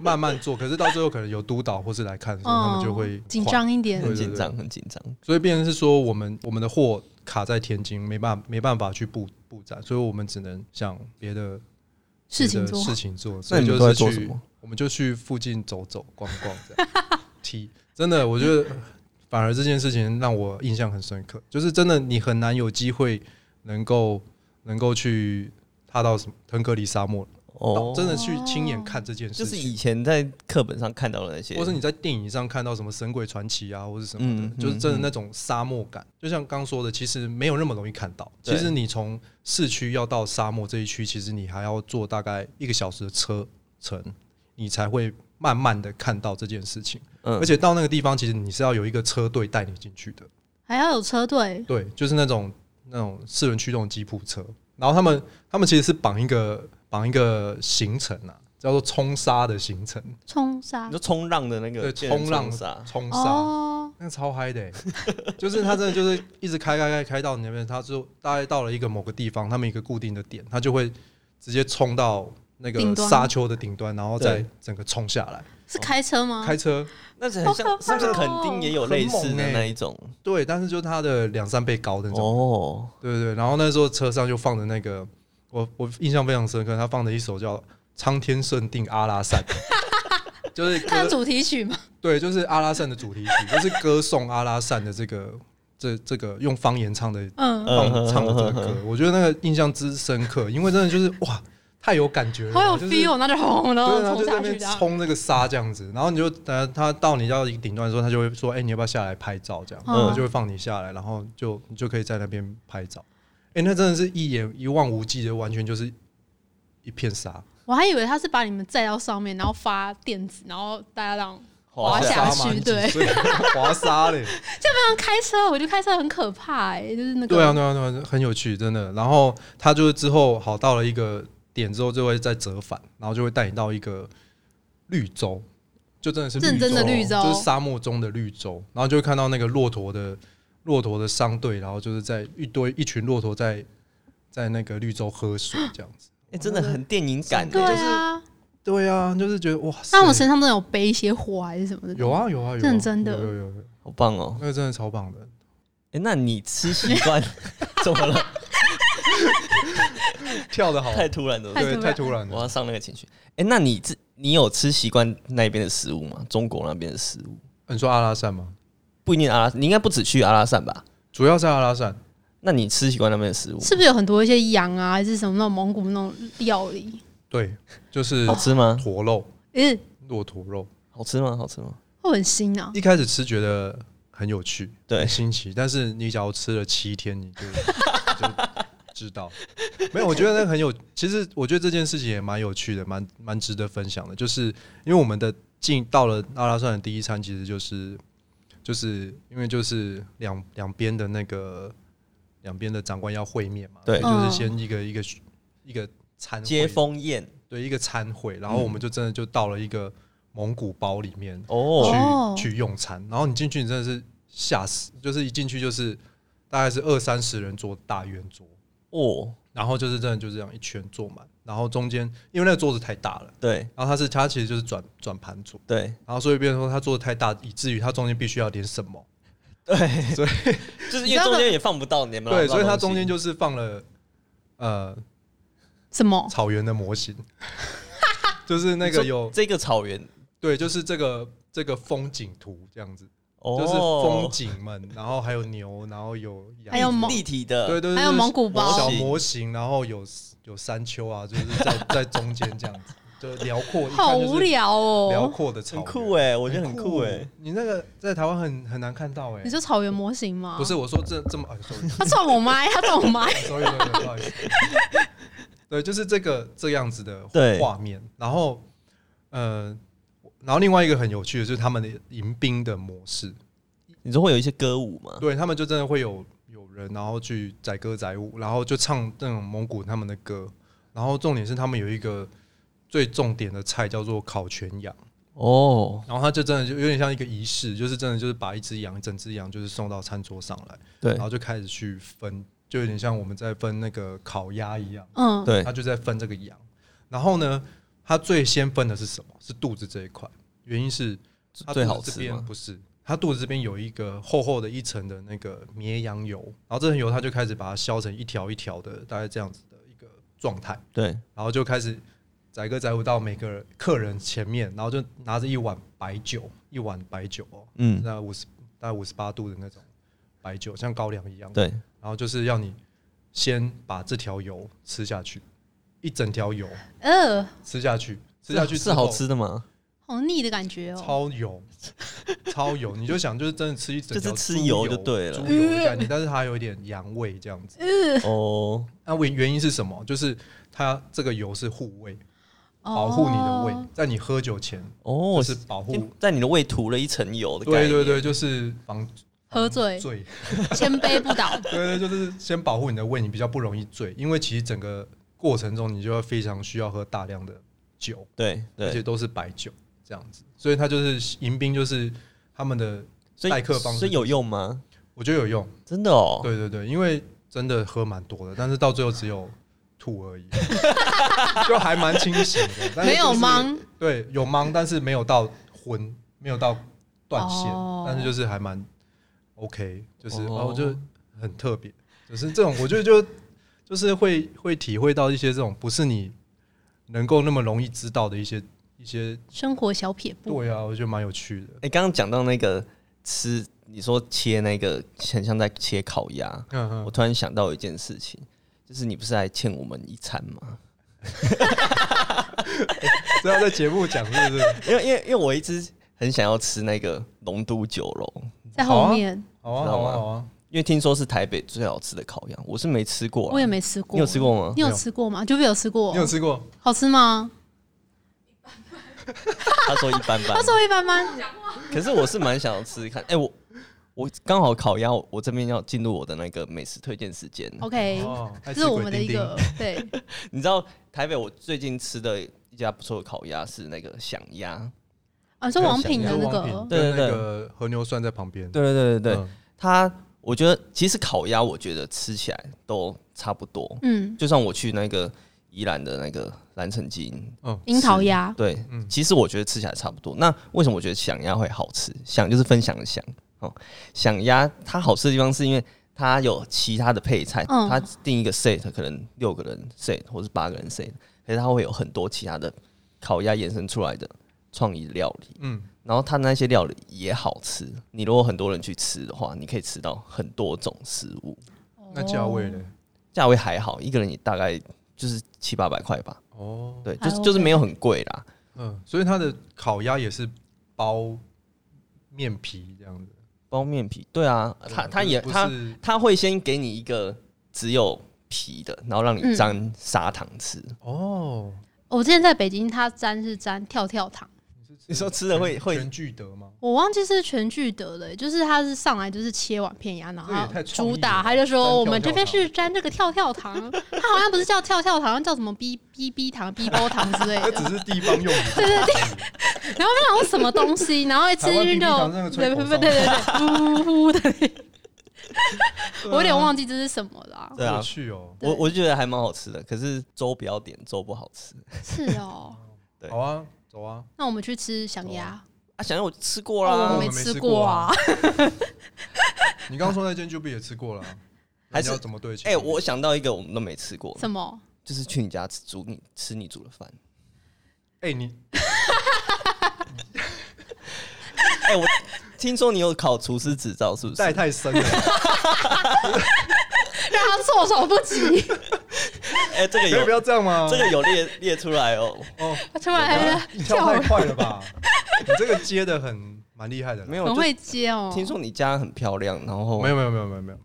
C: 慢慢做，可是到最后可能有督导或是来看的时候，他们就会
B: 嗯，紧
C: 缓
B: 张一点
C: 对，
A: 很紧张，很紧张。
C: 所以变成是说，我们我们的货卡在天津，没办法没办法去布布展，所以我们只能想别的
B: 事情
C: 别的
B: 做。
C: 事情做。所
A: 那
C: 以
A: 你
C: 就
A: 们
C: 是
A: 都在做
C: 去
A: 什么？
C: 我们就去附近走走逛逛，这样踢。 真的，我觉得反而这件事情让我印象很深刻，就是真的你很难有机会能够能够去踏到什么腾格里沙漠，
A: 哦，
C: 真的去亲眼看这件
A: 就
C: 事
A: 是
C: 情。
A: 以前在课本上看到的那些，
C: 或是你在电影上看到什么《神鬼传奇》啊，或是什么的，
A: 嗯
C: 就是真的
A: 嗯
C: 那种沙漠感。就像刚说的，其实没有那么容易看到。
A: 对
C: 其实你从市区要到沙漠这一区，其实你还要坐大概一个小时的车程，你才会慢慢的看到这件事情。
A: 嗯
C: 而且到那个地方，其实你是要有一个车队带你进去的。
B: 还要有车队，
C: 对，就是那种那种四轮驱动吉普车，然后他们他们其实是绑一个绑一个行程啊，叫做冲沙的行程，
B: 冲沙
A: 你说冲浪的那个
C: 对，
A: 健身
C: 冲浪
A: 啥？
C: 冲沙。
B: 哦，
C: 那个超嗨的欸、就是他真的就是一直开开开开到你那边，他就大概到了一个某个地方，他们一个固定的点，他就会直接冲到那
B: 顶
C: 个
B: 端
C: 沙丘的顶端，然后再
A: 对
C: 整个冲下来，
B: 是开车吗？
C: 哦开车
A: 那是很
B: 好
A: 像，
B: 可
A: 是
B: 怕
A: 不是肯定也有类似
C: 很
A: 的
C: 猛欸
A: 那一种？
C: 对，但是就是它的两三倍高的那种，
A: 哦，
C: 对对对。然后那时候车上就放着那个，我我印象非常深刻，他放的一首叫《苍天圣定阿拉善》， 就是
B: 它的
C: 歌
B: 主题曲吗？
C: 对，就是阿拉善的主题曲，就是歌颂阿拉善的这个这这个用方言唱的
A: 嗯
B: 嗯，
C: 放唱的这个歌，我觉得那个印象之深刻，因为真的就是哇，太有感觉了，
B: 嗯好有
C: 就是
B: feel，那就轰，然后
C: 对，然
B: 冲
C: 后就在
B: 下
C: 那
B: 去
C: 边
B: 这样。
C: 冲这个沙这样子，然后你就呃，他到你到一个顶端的时候，他就会说，哎、你要不要下来拍照？这样，
B: 嗯
C: 然后就会放你下来，然后就你就可以在那边拍照。哎、那真的是一眼一望无际的，完全就是一片沙，
B: 我还以为他是把你们载到上面，然后发电子，然后大家让
A: 滑
B: 滑
A: 下
B: 下
C: 沙
B: 去
C: 嘛，你几
B: 对
C: 岁滑沙嘞。
B: 这样开车，我觉得开车很可怕哎、就是那个
C: 对啊，对啊，对啊，很有趣，真的。然后他就是之后好到了一个点之后，就会再折返，然后就会带你到一个绿洲，就真的是绿洲哦
B: 认真的绿洲
C: 就是沙漠中的绿洲。然后就会看到那个骆驼的骆驼的商队，然后就是在一堆一群骆驼在在那个绿洲喝水这样子。
A: 哎，真的很电影感欸。
B: 对啊，
C: 对啊，就是觉得哇塞，
B: 那我们身上都有背一些火还是什么的，
C: 有，啊有啊有啊，
B: 认真的
C: 有有有有，
A: 好棒哦！
C: 那个真的超棒的。
A: 哎，那你吃习惯怎么了？
C: 跳的好，
A: 太突然了，
B: 太突
C: 对，
B: 然
C: 太突然
A: 我
C: 了。哦
A: 要上那个情绪。哎、那你自你有吃习惯那边的食物吗？中国那边的食物
C: 你说阿拉善吗？
A: 不一定阿拉，你应该不只去阿拉善吧？
C: 主要在阿拉善，
A: 那你吃习惯那边的食物吗，
B: 是不是有很多一些羊啊，还是什么那种蒙古那种料理？
C: 对，就是
A: 好吃吗？
C: 驼肉，
B: 嗯，
C: 骆驼肉。
A: 好吃吗？好吃吗？
B: 会很腥啊。
C: 一开始吃觉得很有趣，
A: 对
C: 很新奇，但是你只要吃了七 天，你就就知道。没有，我觉得那个很有，其实我觉得这件事情也蛮有趣的，蛮蛮值得分享的。就是因为我们的进到了阿拉善的第一餐，其实就是就是因为就是两两边的那个两边的长官要会面嘛，
A: 对
C: 就是
B: 嗯
C: 先一个一个一个餐会
A: 接风嗯宴
C: 对一个餐会，然后我们就真的就到了一个蒙古包里面，去、
A: 哦，
B: 哦
C: 去用餐，然后你进去你真的是吓死，就是一进去就是大概是二三十人桌大圆桌，
A: 哦，
C: 然后就是真的就这样一圈坐满，然后中间因为那个桌子太大了，
A: 对
C: 然后它是它其实就是转转盘桌，
A: 对
C: 然后所以变成说它桌子太大，以至于它中间必须要点什么，
A: 对，
C: 所以
A: 就是因为中间也放不到你们，
C: 对，所以它中间就是放了呃
B: 什么？
C: 草原的模型，就是那个有
A: 这个草原
C: 对，就是这个这个风景图这样子，
A: 哦，
C: 就是风景们，然后还有牛，然后有羊，
B: 还有蒙
A: 立体的，
C: 对对对，
B: 还有蒙古包
C: 小模型，然后有有山丘啊，就是在在中间这样子， 就辽阔，一
B: 好
C: 看就是
B: 无聊
C: 辽
B: 哦。
C: 阔的
A: 很
C: 草原，
A: 酷哎、我觉得很酷哎、
C: 你那个在台湾很很难看到哎、
B: 你说草原模型吗？
C: 不是，我说这这么哎，sorry，sorry，sorry，
B: 他撞我麦，他撞我 麦。
C: sorry，sorry，sorry，不好意思，对，就是这个这样子的
A: 对
C: 画面，然后呃，然后另外一个很有趣的就是他们的迎宾的模式，
A: 你说会有一些歌舞吗？
C: 对他们就真的会有有人，然后去载歌载舞，然后就唱那种蒙古他们的歌，然后重点是他们有一个最重点的菜叫做烤全羊，
A: 哦，
C: 然后他就真的就有点像一个仪式，就是真的就是把一只羊整只羊就是送到餐桌上来，
A: 对
C: 然后就开始去分，就有点像我们在分那个烤鸭一样，
B: 嗯，
A: 对
C: 他就在分这个羊，然后呢，他最先分的是什么？是肚子这一块，原因是它
A: 最
C: 肚子
A: 好
C: 这
A: 吃
C: 边
A: 吗？
C: 不是，它肚子这边有一个厚厚的一层的那个绵羊油，然后这层油它就开始把它削成一条一条的，大概这样子的一个状态，
A: 对，
C: 然后就开始载歌载舞到每个客人前面，然后就拿着一碗白酒，一碗白酒哦，
A: 嗯，
C: 那五十大概五十八度的那种白酒，像高粱一样，
A: 对，
C: 然后就是要你先把这条油吃下去，一整条油
B: 呃，
C: 吃下去，吃下去
A: 是
C: 之
A: 是好
C: 后
A: 吃的 吗？
B: 好腻的感觉哦。
C: 超油，超油，你就想就是真的吃一整条
A: 就是吃
C: 猪
A: 油
C: 油
A: 就对了
C: 猪油的感觉，但是它有一点羊味这样子。
A: 哦，
C: 那原原因是什么？就是它这个油是护胃，保护你的胃
B: 哦，
C: 在你喝酒前
A: 哦
C: 就，是保护。
A: 在你的胃涂了一层油的概
C: 对
A: 念。
C: 对对，就是防
B: 喝醉，
C: 嗯醉，
B: 千杯不倒。
C: 对对，就是先保护你的胃，你比较不容易醉，因为其实整个过程中你就会非常需要喝大量的酒，
A: 对对
C: 而且都是白酒这样子，所以它就是迎宾，就是他们的，
A: 所以
C: 代客方式
A: 所以有用吗？
C: 我觉得有用。
A: 真的哦，
C: 对对对，因为真的喝蛮多的，但是到最后只有吐 而已，就还蛮清醒的。 但是
B: 没有
C: 就是？
B: 吗？
C: 对，有忙，但是没有到昏，没有到断线，
B: 哦
C: 但是就是还蛮 OK，就是
A: 哦
C: 然后就很特别，就是这种，我觉得就就是会会体会到一些这种不是你能够那么容易知道的一些一些。
B: 生活小撇步。
C: 对啊，我觉得蛮有趣的。
A: 哎，刚刚讲到那个吃，你说切那个很像在切烤鸭，
C: 嗯嗯
A: 我，突然想到一件事情，就是你不是还欠我们一餐吗？
C: 这要在节目讲是 不是？
A: 因为因为因为我一直很想要吃那个龙都酒楼，
B: 在后面，
C: 好啊，
A: 知道
C: 好
A: 吗
C: 啊，好啊。
A: 因为听说是台北最好吃的烤鸭，我是没吃过，
B: 我也，没吃过。
A: 你有吃？过吗？
B: 你有吃过吗？就没有吃过
C: 你。有吃过？
B: 好吃吗？
A: 他说一般般
B: 他，说一般
C: 嗯
B: 般。
A: 可是我是蛮想要吃吃看。哎，我我刚好烤鸭，我我这边要进入我的那个美食推荐时间。
B: OK，
C: 哦，爱
B: 这
C: 吃
B: 哎是我
C: 鬼
B: 们的
C: 丁
B: 一
C: 丁
B: 个对。
A: 你知道台北我最近吃的一家不错的烤鸭是那个响鸭，
B: 啊，说王品的
C: 跟
B: 那
C: 王品
B: 个，哦
A: 对对
C: 跟那个和牛涮在旁边。
A: 对对对对对，
C: 嗯
A: 它我觉得其实烤鸭我觉得吃起来都差不多，
B: 嗯，
A: 就像我去那个宜兰的那个蓝城基因，
B: 樱桃鸭。
A: 对，
C: 嗯
A: 其实我觉得吃起来差不多。那为什么我觉得响鸭会好吃？响就是分享的响哦，响鸭它好吃的地方是因为它有其他的配菜，
B: 嗯
A: 它定一个 set 可能六个人 set 或是八个人 set，可是它会有很多其他的烤鸭延伸出来的创意料理，
C: 嗯，
A: 然后它那些料理也好吃。你如果很多人去吃的话，你可以吃到很多种食物，
C: 那价
B: 哦
C: 位呢？
A: 价位还好，一个人也大概就是七八百块吧，
C: 哦，
A: 对，
B: 还
A: 就是就是
B: OK
A: 没有很贵啦。
C: 嗯，所以它的烤鸭也是包面皮这样子，
A: 包面皮，对啊，它它也
C: 嗯不
A: 它
C: 是
A: 它会先给你一个只有皮的，然后让你
B: 嗯
A: 沾砂糖吃。
C: 哦，
B: 我之前在北京，它沾是沾跳跳糖，
A: 你说吃了会会
C: 全聚德吗？
B: 我忘记是全聚德的、就是它是上来就是切碗片鸭，然后
C: 这也
B: 它
C: 太创意
B: 主
C: 了
B: 打
C: 吧
B: 他就
C: 沾
B: 说我们
C: 跳
B: 这
C: 跳
B: 边
C: 糖
B: 是沾这个跳跳糖，它好像不是叫跳跳糖，好像叫什么 B B B 糖、B 波糖之类的。
C: 那只是地方用语，对对对，啊
B: 然后那种什么东西，然后一吃
C: 台湾
B: 进去
C: BB
B: 就
C: 糖那个
B: 对
C: 吹
B: 对
C: 口啊
B: 对
C: 哨
B: 对对，呜呜呜的，我有点忘记这是什么了啊。
A: 对啊
C: 有，趣哦。
A: 我我就觉得还蛮好吃的，可是粥不要点，粥不好吃
B: 是哦，
A: 对
C: 好啊，走啊，
B: 那我们去吃响鸭，
A: 啊。想想我吃过
B: 哦
A: 啦
C: 我，
B: 没
C: 们没
B: 吃
C: 吃
B: 过
C: 过
B: 啊
C: 啊。你刚刚说那间就不也吃过了啊？
A: 还
C: 那你
A: 是
C: 要怎么对齐？
A: 哎、我想到一个我们都没吃过，
B: 什么？
A: 就是去你家吃煮你吃你煮的饭。
C: 哎你
A: 哎、我听说你有考厨师执照，是不
C: 带
A: 是？
C: 太深了，
B: 让他措手不及，
A: 哎、这个
C: 可以
A: 有
C: 不要这样吗？
A: 这个有列列出来哦。
C: 哦，
B: 他突然
C: 你跳
B: 跳
C: 太，快了吧？ 你这个接的很蛮厉害的啦，
A: 没有，
B: 很
A: 就
B: 会接哦。
A: 听说你家很漂亮，然后
C: 没有没有没有没有没有，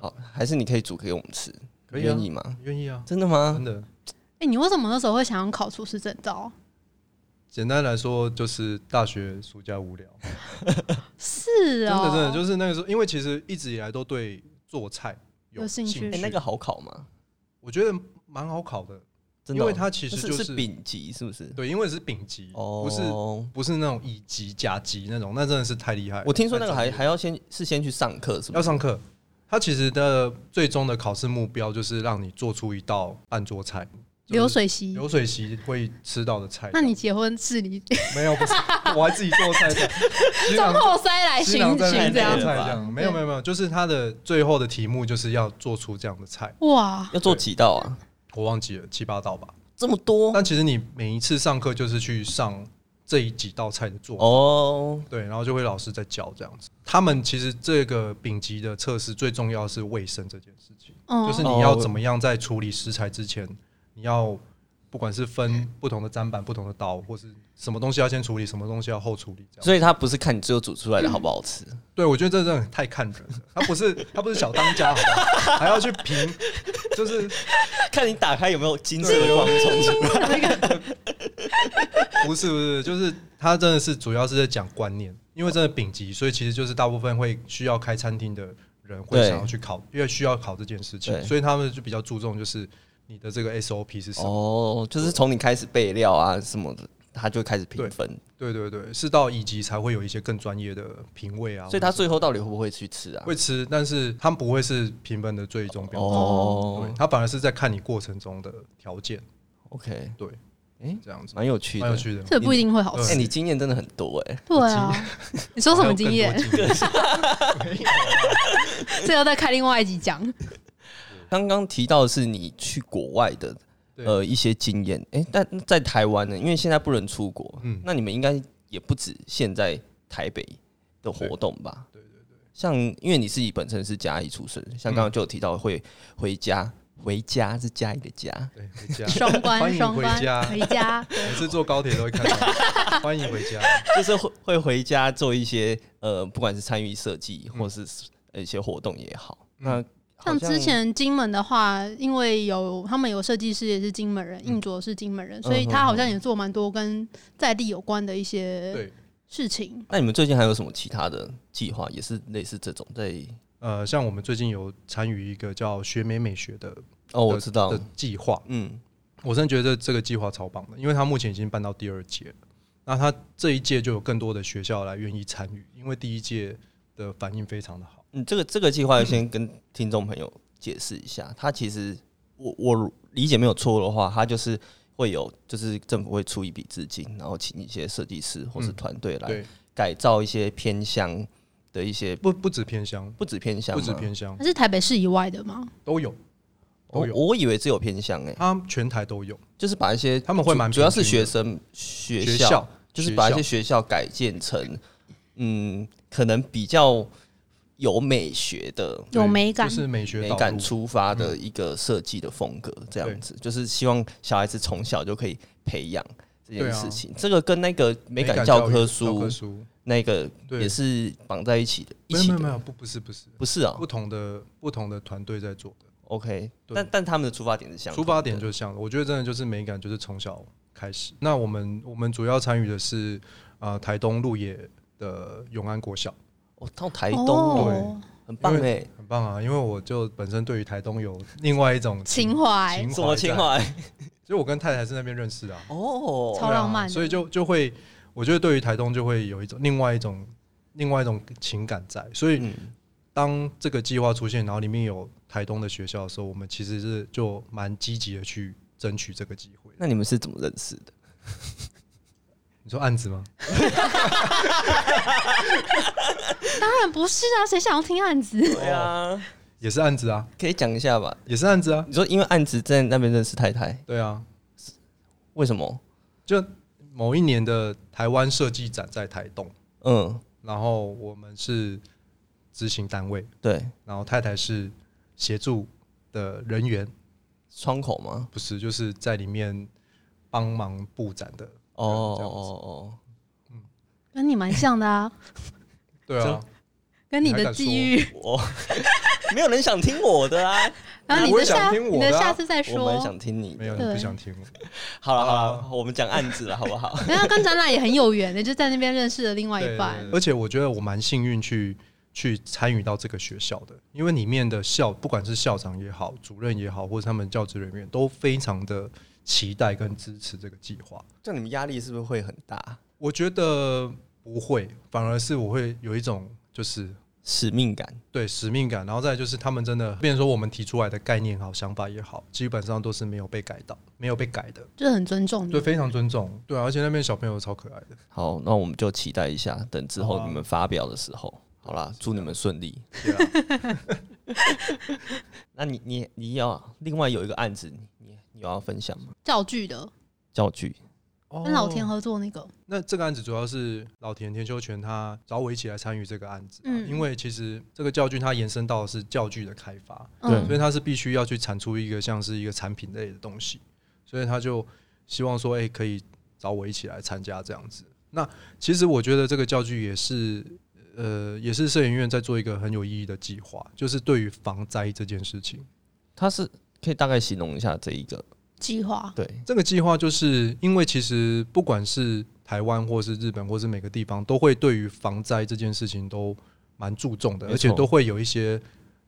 A: 好，还是你可以煮给我们吃，
C: 可
A: 你
C: 以啊
A: 愿意吗？
C: 愿意啊，
A: 真的吗
C: 真？的。
B: 哎，你为什么那时候会想要考厨师证照？
C: 简单来说，就是大学暑假无聊，
B: 是
C: 真
B: 哦，
C: 的真的就是那个时候，因为其实一直以来都对做菜
B: 有兴
C: 兴
B: 趣
A: 哎、那个好考吗？
C: 我觉得蛮好考的，
A: 真的哦、
C: 因为它其实
A: 是
C: 就是
A: 丙级，是不是？
C: 对，因为是丙级，
A: 哦，
C: 不是不是那种乙级、甲级那种，那真的是太厉害了。
A: 我听说那个
C: 太
A: 还
C: 专业
A: 还要先是先去上课，是不
C: 要
A: 是？
C: 上课。它其实的最终的考试目标就是让你做出一道案桌菜，就是
B: 流水席。
C: 流水席会吃到的菜。
B: 那你结婚是你
C: 没有不是， 我还自己做菜的， 新
B: 从
C: 郎
B: 后塞 来
C: 新
B: 寻
C: 郎在那
B: 寻
C: 边
B: 这样
C: 做
A: 子
C: 菜这样，没有没有没有，就是它的最后的题目就是要做出这样的菜，
B: 哇，
A: 要做几道啊？
C: 我忘记了七八道吧。
A: 这么多
C: 但其实你每一次上课就是去上这一几道菜的做法
A: 哦，
C: 对，然后就会老师在教这样子。他们其实这个丙级的测试最重要是卫生这件事情，
B: 嗯
C: 就是你要怎么样在处理食材之前，你要不管是分不同的砧板、不同的刀，或是什么东西要先处理，什么东西要后处理，这样。
A: 所以他不是看你最后煮出来的好 不好吃，
C: 对，我觉得这真的太看人了。他不是他不是小当家，好不好？还要去评，就是
A: 看你打开有没有金色的光冲出来。
C: 不是不是，就是他真的是主要是在讲观念，因为真的丙级，所以其实就是大部分会需要开餐厅的人会
A: 对
C: 想要去考，因为需要考这件事情
A: 对，
C: 所以他们就比较注重就是你的这个 SOP 是什么。
A: 哦，就是从你开始备料啊什么的，他就开始评分。
C: 对对对，是到乙级才会有一些更专业的评位啊，
A: 所以他最后到底会不会去吃啊？
C: 会吃，但是他们不会是评分的最终标准。
A: 哦
C: 对，他反而是在看你过程中的条件，
A: ，OK，
C: 对，
A: 哎
C: 这样子
A: 蛮有趣的，
C: 蛮有趣的。
B: 这也不一定会好
A: 哎、
B: 吃。
A: 你经验真的很多哎、
B: 对啊，你说什么经验
C: 还？有更多经验？
B: 这要再开另外一集讲。
A: 刚刚提到的是你去国外的
C: 对
A: 呃一些经验，哎、但在台湾呢，因为现在不能出国，
C: 嗯
A: 那你们应该也不止现在台北的活动吧？
C: 对对嗯
A: 对。像因为你自己本身是嘉义出生，像刚刚就有提到会回家，回家是嘉义的家，
C: 对，回家。
B: 双
C: 啊欢
B: 关，
C: 迎
B: 双关，
C: 回家
B: 回家，
C: 每次坐高铁都会看到，欢迎回家。
A: 就是会会回家做一些呃，不管是参与设计或
C: 嗯
A: 是一些活动也好。那好
B: 像之前金门的话，因为有他们有设计师也是金门人，硬着是金门人，所以他好像也做蛮多跟在地有关的一些
C: 对，
B: 事情。
A: 那你们最近还有什么其他的计划，也是类似这种在？
C: 呃，像我们最近有参与一个叫“学美美学的”
A: 哦，我
C: 的
A: 知道
C: 的，计划，
A: 嗯，
C: 我真的觉得这个计划超棒的，因为它目前已经办到第二届了。那它这一届就有更多的学校来愿意参与，因为第一届的反应非常的好。
A: 嗯，这个这个计划要先跟听众朋友解释一下，它其实我我理解没有错的话，它就是会有就是政府会出一笔资金，然后请一些设计师或是
C: 嗯
A: 团队来
C: 对
A: 改造一些偏乡的一些
C: 不不止偏乡，
A: 不止偏向吗，
C: 不止偏乡
B: 它是台北市以外的吗？
C: 都有，
A: 我
C: 都有
A: 我以为只有偏向哎、
C: 他全台都有
A: 就是把一些
C: 他们会
A: 主
C: 蛮
A: 主要是
C: 平均
A: 学
C: 的
A: 生学
C: 学
A: 校，
C: 校，
A: 就是
C: 学
A: 把一
C: 校
A: 些学校改建成嗯，可能比较有美学的
B: 有
C: 对
B: 美感
C: 就是美学
A: 美
C: 导嗯
A: 感
C: 入
A: 出发的一个设计的风格，这样子就是希望小孩子从小就可以培养这件
C: 对啊
A: 事情。这个跟那个美感
C: 教
A: 教
C: 育
A: 科
C: 教
A: 书
C: 科书
A: 那个
C: 对
A: 也是绑在一起的，一
C: 没有
A: 起
C: 没
A: 的
C: 有没有不不是不是
A: 不是啊、
C: 不同的不同的团队在做的，
A: OK，
C: 对
A: 但但他们的出发点是相
C: 出
A: 同
C: 发点
A: 的
C: 就像，我觉得真的就是美感就是从小开始。那我们我们主要参与的是啊、呃台东鹿野的永安国小，
A: 哦，到台东哦，
C: 对
A: 很棒
C: 因
A: 哎、
C: 为很棒啊，因为我就本身对于台东有另外一种
B: 情怀
C: 情
A: 什么情
C: 在，
A: 怀？
C: 所以我跟太太是那边认识的、啊，
A: 哦，
B: 超浪漫的
C: 对啊所以就就会，我觉得对于台东就会有一种另外一种另外一种情感在。所以
A: 嗯，
C: 当这个计划出现，然后里面有台东的学校的时候，我们其实是就蛮积极的去争取这个机会。
A: 那你们是怎么认识的？
C: 你说案子吗？
B: 当然不是啊，谁想要听案子？
A: 对啊，
C: 哦也是案子啊，
A: 可以讲一下吧。
C: 也是案子啊，
A: 你说因为案子在那边认识太太，
C: 对啊，
A: 为什么？
C: 就某一年的台湾设计展在台东，
A: 嗯，
C: 然后我们是执行单位，
A: 对，
C: 然后太太是协助的人员，
A: 窗口吗？
C: 不是就是在里面帮忙布展的。
A: 哦
C: 啊这
A: 哦
C: 样子
A: 哦，
B: 跟你蛮像的 啊，
C: 对啊，
B: 跟你的际遇。
A: 哦我没有人想听我的啊，
B: 然后你
C: 哎我
B: 的
C: 也想
B: 下，
C: 听我
B: 你的
C: 的啊
B: 下次再
A: 我蛮
B: 说。
A: 想听你
C: 没有
A: 的。
C: 你不
B: 对
C: 想听我，
A: 好了好了，我们讲案子了，好不好？
B: 没有跟展览也很有缘的，就在那边认识了另外一半。
C: 而且我觉得我蛮幸运去去参与到这个学校的，因为里面的校不管是校长也好、主任也好，或者他们教职人员都非常的期待跟支持这个计划。
A: 这样你们压力是不是会很大？
C: 我觉得不会，反而是我会有一种就是
A: 使命感，
C: 对使命感，然后再来就是他们真的，变成说我们提出来的概念好、想法也好，基本上都是没有被改到、没有被改的，
B: 就很尊重
C: 对，
B: 你。
C: 非常尊重，对啊，而且那边小朋友超可爱的，
A: 好，那我们就期待一下，等之
C: 好
A: 后
C: 啊
A: 你们发表的时候，好啦，祝你们顺利。
C: 对啊，
A: 那你你你要另外有一个案子，你你你有要分享吗？
B: 教具的，
A: 教具
C: 哦
B: 跟老田合作那个，
C: 那这个案子主要是老田田修全他找我一起来参与这个案子啊、
B: 嗯
C: 因为其实这个教具它延伸到的是教具的开发，
A: 对
B: 嗯
C: 所以它是必须要去产出一个像是一个产品类的东西，所以他就希望说，哎、可以找我一起来参加这样子。那其实我觉得这个教具也是，呃，也是摄影院在做一个很有意义的计划，就是对于防灾这件事情。
A: 它是可以大概形容一下这一个，
B: 计划，
A: 对，
C: 这个计划就是因为其实不管是台湾或是日本或是每个地方，都会对于防灾这件事情都蛮注重的，
A: 没错
C: 而且都会有一些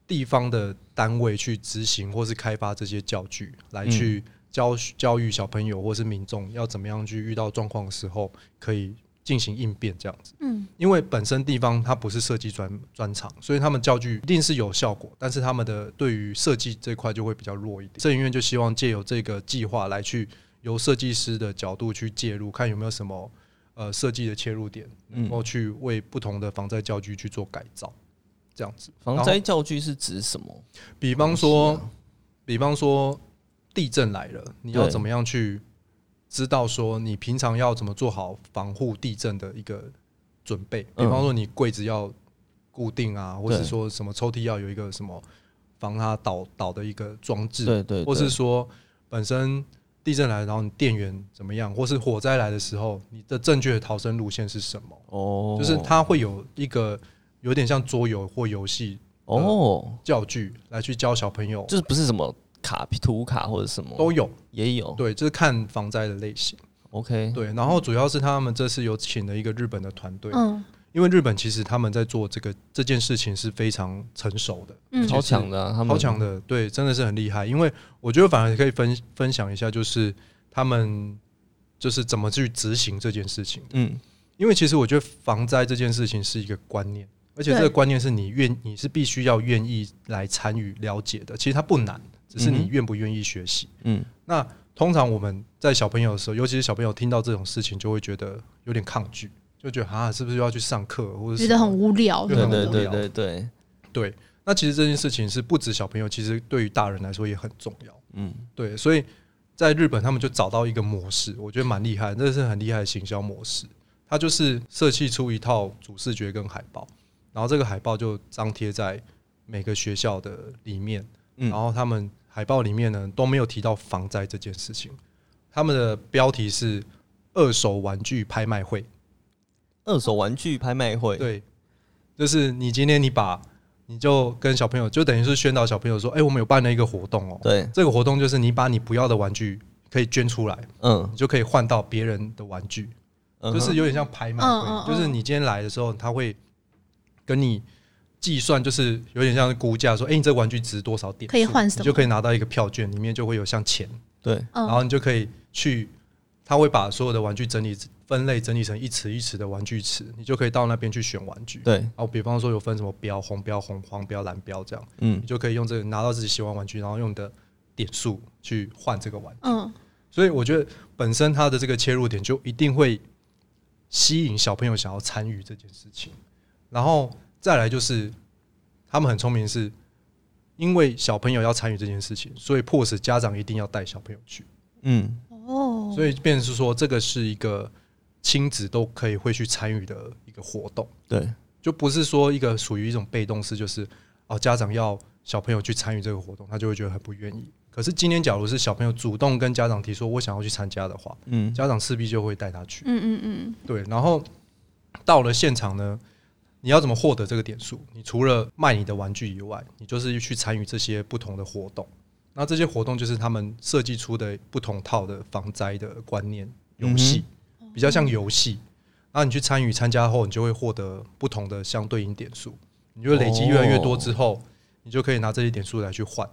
C: 地方的单位去执行或是开发这些教具，来去教、教育小朋友或是民众要怎么样去遇到状况的时候可以进行应变这样子。
B: 嗯，
C: 因为本身地方它不是设计专专长，所以他们教具一定是有效果，但是他们的对于设计这块就会比较弱一点。摄影院就希望借由这个计划来去由设计师的角度去介入，看有没有什么呃设计的切入点，
A: 嗯
C: 然，后去为不同的防灾教具去做改造，这样子。
A: 防灾教具是指什么？
C: 比方说，
A: 啊
C: 比方说地震来了，你要
A: 对
C: 怎么样去知道说你平常要怎么做好防护地震的一个准备？比
A: 嗯
C: 方说你柜子要固定啊，或是
A: 对
C: 说什么抽屉要有一个什么防它倒倒的一个装置，
A: 对对，
C: 或
A: 对
C: 是说本身地震来，然后你电源怎么样，或是火灾来的时候，你的正确的逃生路线是什么？
A: 哦，
C: 就是它会有一个有点像桌游或游戏
A: 哦，
C: 教具来去教小朋友
A: 就是不是什么卡图卡或者什么
C: 都有，
A: 也有，
C: 对，就是看防灾的类型。
A: ，OK，
C: 对，然后主要是他们这次有请了一个日本的团队，
B: 嗯
C: 因为日本其实他们在做这个这件事情是非常成熟的，
B: 嗯，
A: 超强的啊，他们
C: 超强，的，对，真的是很厉害。因为我觉得反而可以分分享一下，就是他们就是怎么去执行这件事情。
A: 嗯，
C: 因为其实我觉得防灾这件事情是一个观念，而且这
B: 对
C: 个观念是你愿你是必须要愿意来参与了解的。其实它不难，只是
A: 嗯
C: 你
A: 哼
C: 愿不愿意学习。
A: 嗯，
C: 那通常我们在小朋友的时候，尤其是小朋友听到这种事情，就会觉得有点抗拒，就觉得啊，是不是又要去上课，或者
B: 觉得很无聊什
C: 就
A: 对
C: 很
B: 么
A: 对
B: 的。
A: 对对对，
C: 对。那其实这件事情是不止小朋友，其实对于大人来说也很重要。
A: 嗯，
C: 对，所以在日本他们就找到一个模式，我觉得蛮厉害，这是很厉害的行销模式。它就是设计出一套主视觉跟海报，然后这个海报就张贴在每个学校的里面，
A: 嗯
C: 然后他们海报里面呢都没有提到防灾这件事情，他们的标题是二手玩具拍卖会，
A: 二手玩具拍卖会，
C: 对，就是你今天你把你就跟小朋友，就等于是宣导小朋友说，哎、我们有办了一个活动哦，
A: 对，
C: 这个活动就是你把你不要的玩具可以捐出来，
A: 嗯
C: 你，就可以换到别人的玩具，
A: 嗯
C: 就是
A: 哼
C: 有点像拍卖
B: 嗯嗯嗯
C: 会，就是你今天来的时候，他会跟你计算，就是有点像是估价，说，哎、你这玩具值多少点数，
B: 可以换什么
C: 你就可以拿到一个票券，里面就会有像钱，
A: 对，
B: 嗯
C: 然后你就可以去，他会把所有的玩具整理分类，整理成一池一池的玩具池，你就可以到那边去选玩具。
A: 对，
C: 哦，比方说有分什么标，红标、红黄标、蓝标这样，
A: 嗯
C: 你，就可以用这个拿到自己喜欢玩具，然后用你的点数去换这个玩具。
B: 嗯，
C: 所以我觉得本身它的这个切入点就一定会吸引小朋友想要参与这件事情。然后再来就是他们很聪明，是因为小朋友要参与这件事情，所以迫使家长一定要带小朋友去，
A: 嗯，
B: 哦，
C: 所以变成是说这个是一个亲子都可以会去参与的一个活动，
A: 对，
C: 就不是说一个属于一种被动式，就是哦家长要小朋友去参与这个活动，他就会觉得很不愿意。可是今天假如是小朋友主动跟家长提说我想要去参加的话，
A: 嗯，
C: 家长势必就会带他去。
B: 嗯嗯嗯，
C: 对，然后到了现场呢，你要怎么获得这个点数？你除了卖你的玩具以外，你就是去参与这些不同的活动。那这些活动就是他们设计出的不同套的防灾的观念游戏，比较像游戏。那你去参与参加后，你就会获得不同的相对应点数，你就会累积越来越多之后，你就可以拿这些点数来去换。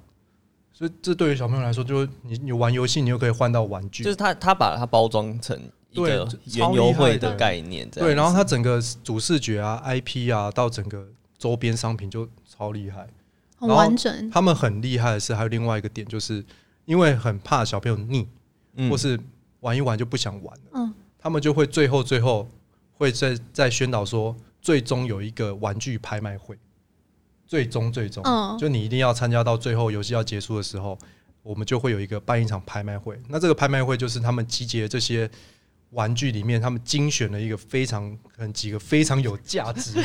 C: 所以这对于小朋友来说，就是你你玩游戏，你又可以换到玩具，
A: 就是他他把它包装成一个
C: 对
A: 原游会
C: 超厉害的
A: 的概念，这样
C: 对，然后它
A: 子
C: 整个主视觉啊、IP 啊，到整个周边商品就超厉害。
B: 很
C: 然后
B: 完整，
C: 他们很厉害的是，还有另外一个点，就是因为很怕小朋友腻，
A: 嗯
C: 或是玩一玩就不想玩了，
B: 嗯，
C: 他们就会最后最后会在在宣导说，最终有一个玩具拍卖会，最终最终，
B: 嗯
C: 就你一定要参加到最后游戏要结束的时候，我们就会有一个办一场拍卖会。那这个拍卖会就是他们集结这些玩具里面，他们精选了一个非常可能几个非常有价值的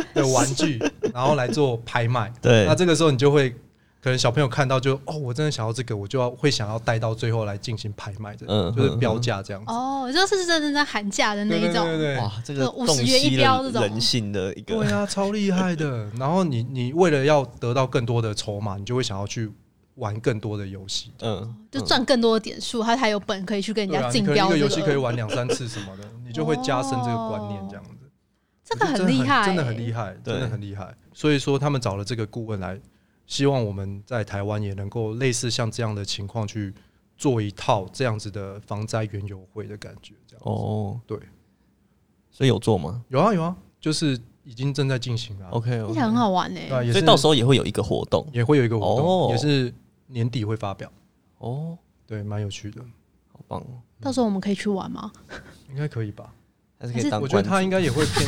C: 的玩具，然后来做拍卖。
A: 对
C: 那这个时候你就会可能小朋友看到就哦，我真的想要这个，我就要会想要带到最后来进行拍卖的，
A: 嗯
C: 就是
A: 嗯
C: 标
A: 嗯
C: 价这样子。
B: 哦，这是真正在喊价的那
C: 对
B: 一
C: 对
B: 种，哦
C: 对对，
A: 哇，这个
B: 这50
A: 洞悉
B: 元一标
A: 了
B: 这种
A: 人性的一
C: 对
A: 个，
C: 啊，超厉害的。然后你你为了要得到更多的筹码，你就会想要去玩更多的游戏。
A: 嗯，
B: 就赚更多的点数，他才有本可以去跟人
C: 对
B: 家
C: 啊，你
B: 竞
C: 可能
B: 标
C: 一
B: 这
C: 个游戏可以玩两三次 什么的，你就会加深这个观念这样子。
B: 哦这个
C: 我觉
B: 很
C: 得
B: 厉害，欸
C: 真的很厉害，
A: 对
C: 真的很厉害。所以说，他们找了这个顾问来，希望我们在台湾也能够类似像这样的情况去做一套这样子的防灾园游会的感觉，这样。
A: 哦，
C: 对，
A: 所以有做吗
C: 有啊有啊，就是已经正在进行了。
A: ？OK，
B: 听起来很好玩呢、欸
C: 对啊，也
A: 哦所
C: 是
A: 以到时候也会有一个活动
C: 也会有一个活
A: 哦
C: 动，也是年底会发表，
A: 哦，
C: 对，蛮有趣的，
A: 好棒哦，
B: 到时候我们可以去玩吗？
C: 应该可以吧？
A: 还是可以当
C: 我觉得
A: 观
C: 他
A: 众，
C: 应该也会偏，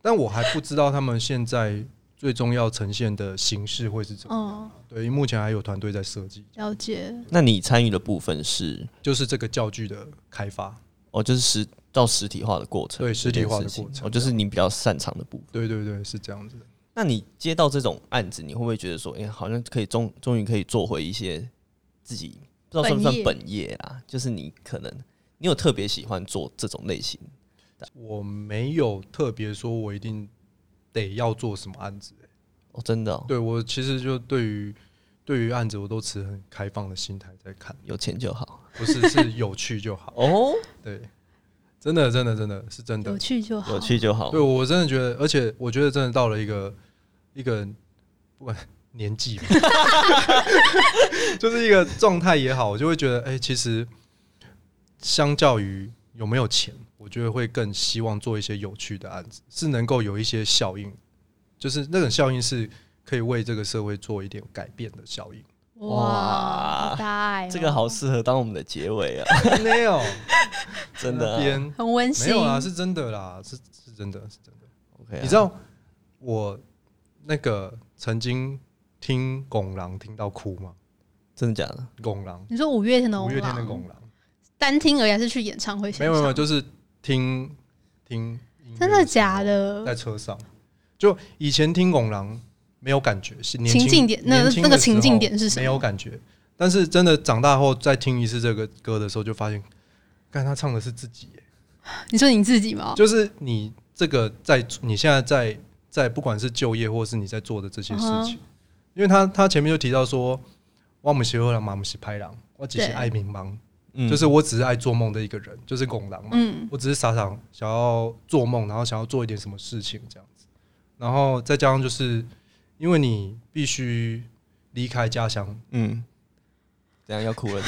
C: 但我还不知道他们现在最终要呈现的形式会是怎么样。
B: 嗯，
C: 对，因为目前还有团队在设计，
B: 了解。
A: 那你参与的部分是
C: 就是这个教具的开发。
A: 哦，就是实到实体化的过程，
C: 对实体化的
A: 这件事情
C: 过程
A: 哦，就是你比较擅长的部分。
C: 对对对，是这样子。
A: 那你接到这种案子，你会不会觉得说，哎、好像可以终终于可以做回一些自己不知道算不算
B: 本
A: 本业啊？就是你可能你有特别喜欢做这种类型，
C: 我没有特别说我一定得要做什么案子，欸
A: 哦，真的、哦，
C: 对我其实就对于对于案子我都持很开放的心态在看，
A: 有钱就好
C: 不是是有趣就好。
A: 哦，
C: 对，真的真的真的是真的
B: 有。趣就好，
A: 有趣就好
C: 对，我真的觉得，而且我觉得真的到了一个一个不管年纪吧， 就是一个状态也好，我就会觉得，哎、其实相较于有没有钱，我觉得会更希望做一些有趣的案子，是能够有一些效应，就是那种效应是可以为这个社会做一点改变的效应。
B: 哇，好大爱哦、
A: 这个好适合当我们的结尾 啊，
C: 没有，
A: 真的
C: 那
A: 啊、
C: 边
B: 很温馨。
C: 没有啊啦，是真的啦，是是真的，是真的。
A: OK，啊
C: 你知道我那个曾经听拱狼听到哭吗？
A: 真的假的？
C: 拱狼，
B: 你说五月天的
C: 五
B: 红
C: 月天的
B: 狼
C: 拱狼，
B: 单听而已，还是去演唱会现场？
C: 没有没有没有，就是听听音乐
B: 真的假的
C: 在？车上，就以前听拱狼没有感觉，是年轻
B: 情境点那
C: 年轻
B: 那个
C: 的时
B: 情境
C: 候
B: 点是什么
C: 没有感觉，但是真的长大后再听一次这个歌的时候，就发现，看他唱的是自己耶，
B: 你说你自己吗？
C: 就是你这个在你现在在在不管是就业或是你在做的这些事
B: 嗯哼
C: 情，因为他他前面就提到说，我姆是饿狼，马姆是拍狼，我只是
B: 对
C: 爱冥茫，
A: 嗯
C: 就是我只是爱做梦的一个人，就是拱狼嘛。
B: 嗯，
C: 我只是傻傻想要做梦，然后想要做一点什么事情这样子，然后再加上就是因为你必须离开 家乡，
A: 嗯，这样要哭了，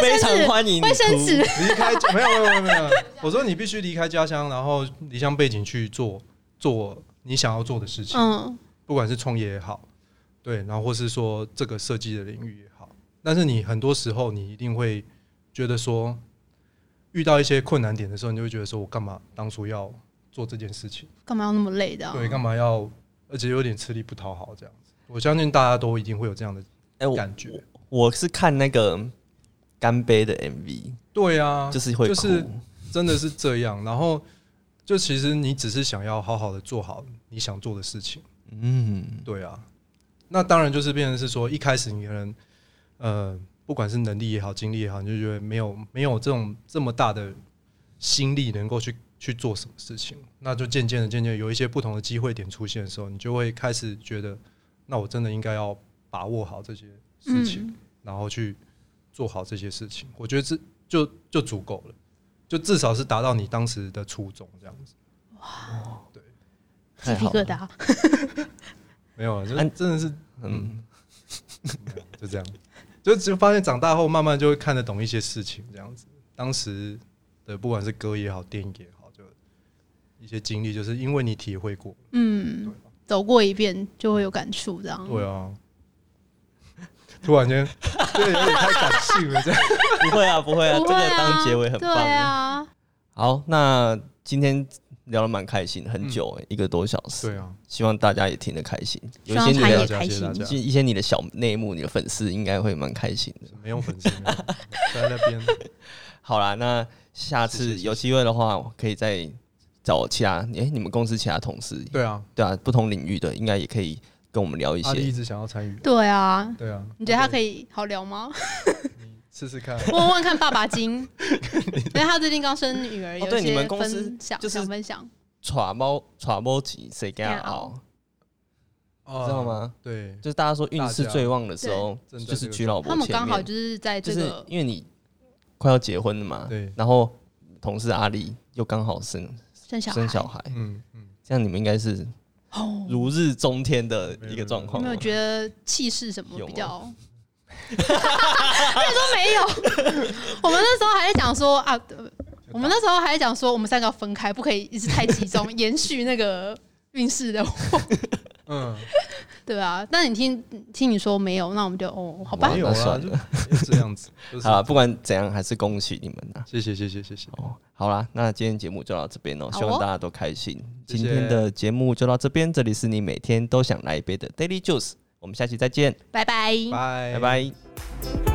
A: 非常欢迎你哭
B: 卫生纸，
C: 离开家没有没有没有没有，我说你必须离开家乡，然后离乡背景去做做你想要做的事情，
B: 嗯，
C: 不管是创业也好，对，然后或是说这个设计的领域也好，但是你很多时候你一定会觉得说，遇到一些困难点的时候，你就会觉得说我干嘛当初要做这件事情。
B: 干嘛要那么累的啊、
C: 对，干嘛要？而且有点吃力不讨好这样子。我相信大家都一定会有这样的
A: 哎，我
C: 感觉。
A: 我是看那个干杯的 MV，
C: 对啊，
A: 就是会哭，
C: 就是真的是这样。然后就其实你只是想要好好的做好你想做的事情。
A: 嗯，
C: 对啊，那当然就是变成是说，一开始你可能呃，不管是能力也好，精力也好，你就觉得没有没有这种这么大的心力能够去去做什么事情，那就渐渐的渐渐地有一些不同的机会点出现的时候，你就会开始觉得，那我真的应该要把握好这些事情，
B: 嗯，
C: 然后去做好这些事情。我觉得这就就足够了，就至少是达到你当时的初衷这样子。
B: 鸡
A: 太
B: 皮
A: 好
B: 疙
A: 了，
B: 瘩。
C: 没有啊，就
A: 啊
C: 真的是
A: 嗯，
C: 就这样，就只发现长大后慢慢就会看得懂一些事情，这样子。当时的不管是歌也好，电影也好，就一些经历，就是因为你体会过，
B: 嗯，走过一遍就会有感触，这样。
C: 对啊。 突然 间，对，有点太感性了，这样。
A: 不会啊，不会啊，这
B: 不会啊
A: 个当结尾很
B: 对
A: 棒。
B: 啊，
A: 好，那今天聊得蛮开心，很久、一个多小时，
C: 嗯对啊，
A: 希望大家也听得开心。有
B: 希
A: 一些你
B: 望他也
A: 的
C: 谢谢
B: 开
C: 大
B: 心
C: 家。谢谢大家
A: 一些你的小内幕，你的粉丝应该会蛮开心的。
C: 没有粉丝，没有粉丝在那边。
A: 好啦，那下
C: 谢
A: 次
C: 谢谢谢
A: 有机会的话，我可以再找其他诶、你们公司其他同事，
C: 对啊，
A: 对啊，不同领域的应该也可以跟我们聊一
C: 阿力一
A: 些。
C: 直想要参与。
B: 对啊，
C: 对啊，
B: 你觉得他可以好聊吗？
C: 你试 试看？
B: 问问看爸爸经，因为他最近刚生女儿，
A: 哦
B: 有
A: 对
B: 一
A: 你
B: 些
A: 们公司
B: 分享，
A: 就是
B: 想分享。
A: 耍猫耍猫级谁跟他
B: 干
A: 熬
B: 熬，
A: 知
C: 知
A: 道？吗？
C: 哦对，
A: 就是大家说运势
C: 大家
A: 最旺的时候，就
C: 对正在这
A: 是
C: 个
A: 娶老婆
B: 他们
A: 前
B: 刚好
A: 面，
B: 就是在
A: 就
B: 这
A: 是
B: 个，
A: 因为你快要结婚了嘛，
C: 对
A: 然后同事阿丽又刚好生
B: 生小
A: 生
B: 孩，
A: 小孩，
C: 嗯嗯，
A: 这样你们应该是
B: 哦
A: 如日中天的一个状
B: 有
A: 况哦
B: 没
A: 了。
B: 有觉得气势什么
A: 有啊
B: 比
A: 吗
B: 较？ 那时候没有，我们那时候还在讲说啊，呃我们那时候还在讲说我们三个要分开，不可以一直太集中，延续那个运势的，
C: 嗯，
B: 对啊。但你听听你说没有，那我们就哦，好吧
C: 没，有
A: 那
C: 啦，
A: 算
C: 就就这样子。就是
A: 好啦，不管怎样，还是恭喜你们啊呐！
C: 谢谢谢谢谢谢，
A: 哦，好啦，那今天节目就到这边哦，
B: 好哦
A: 希望大家都开心。
C: 谢谢
A: 今天的节目就到这边，这里是你
C: 哎
A: 每天都想来一杯的 Daily Juice，我们下期再见，
B: 拜拜。
A: 拜
C: 拜
A: 拜。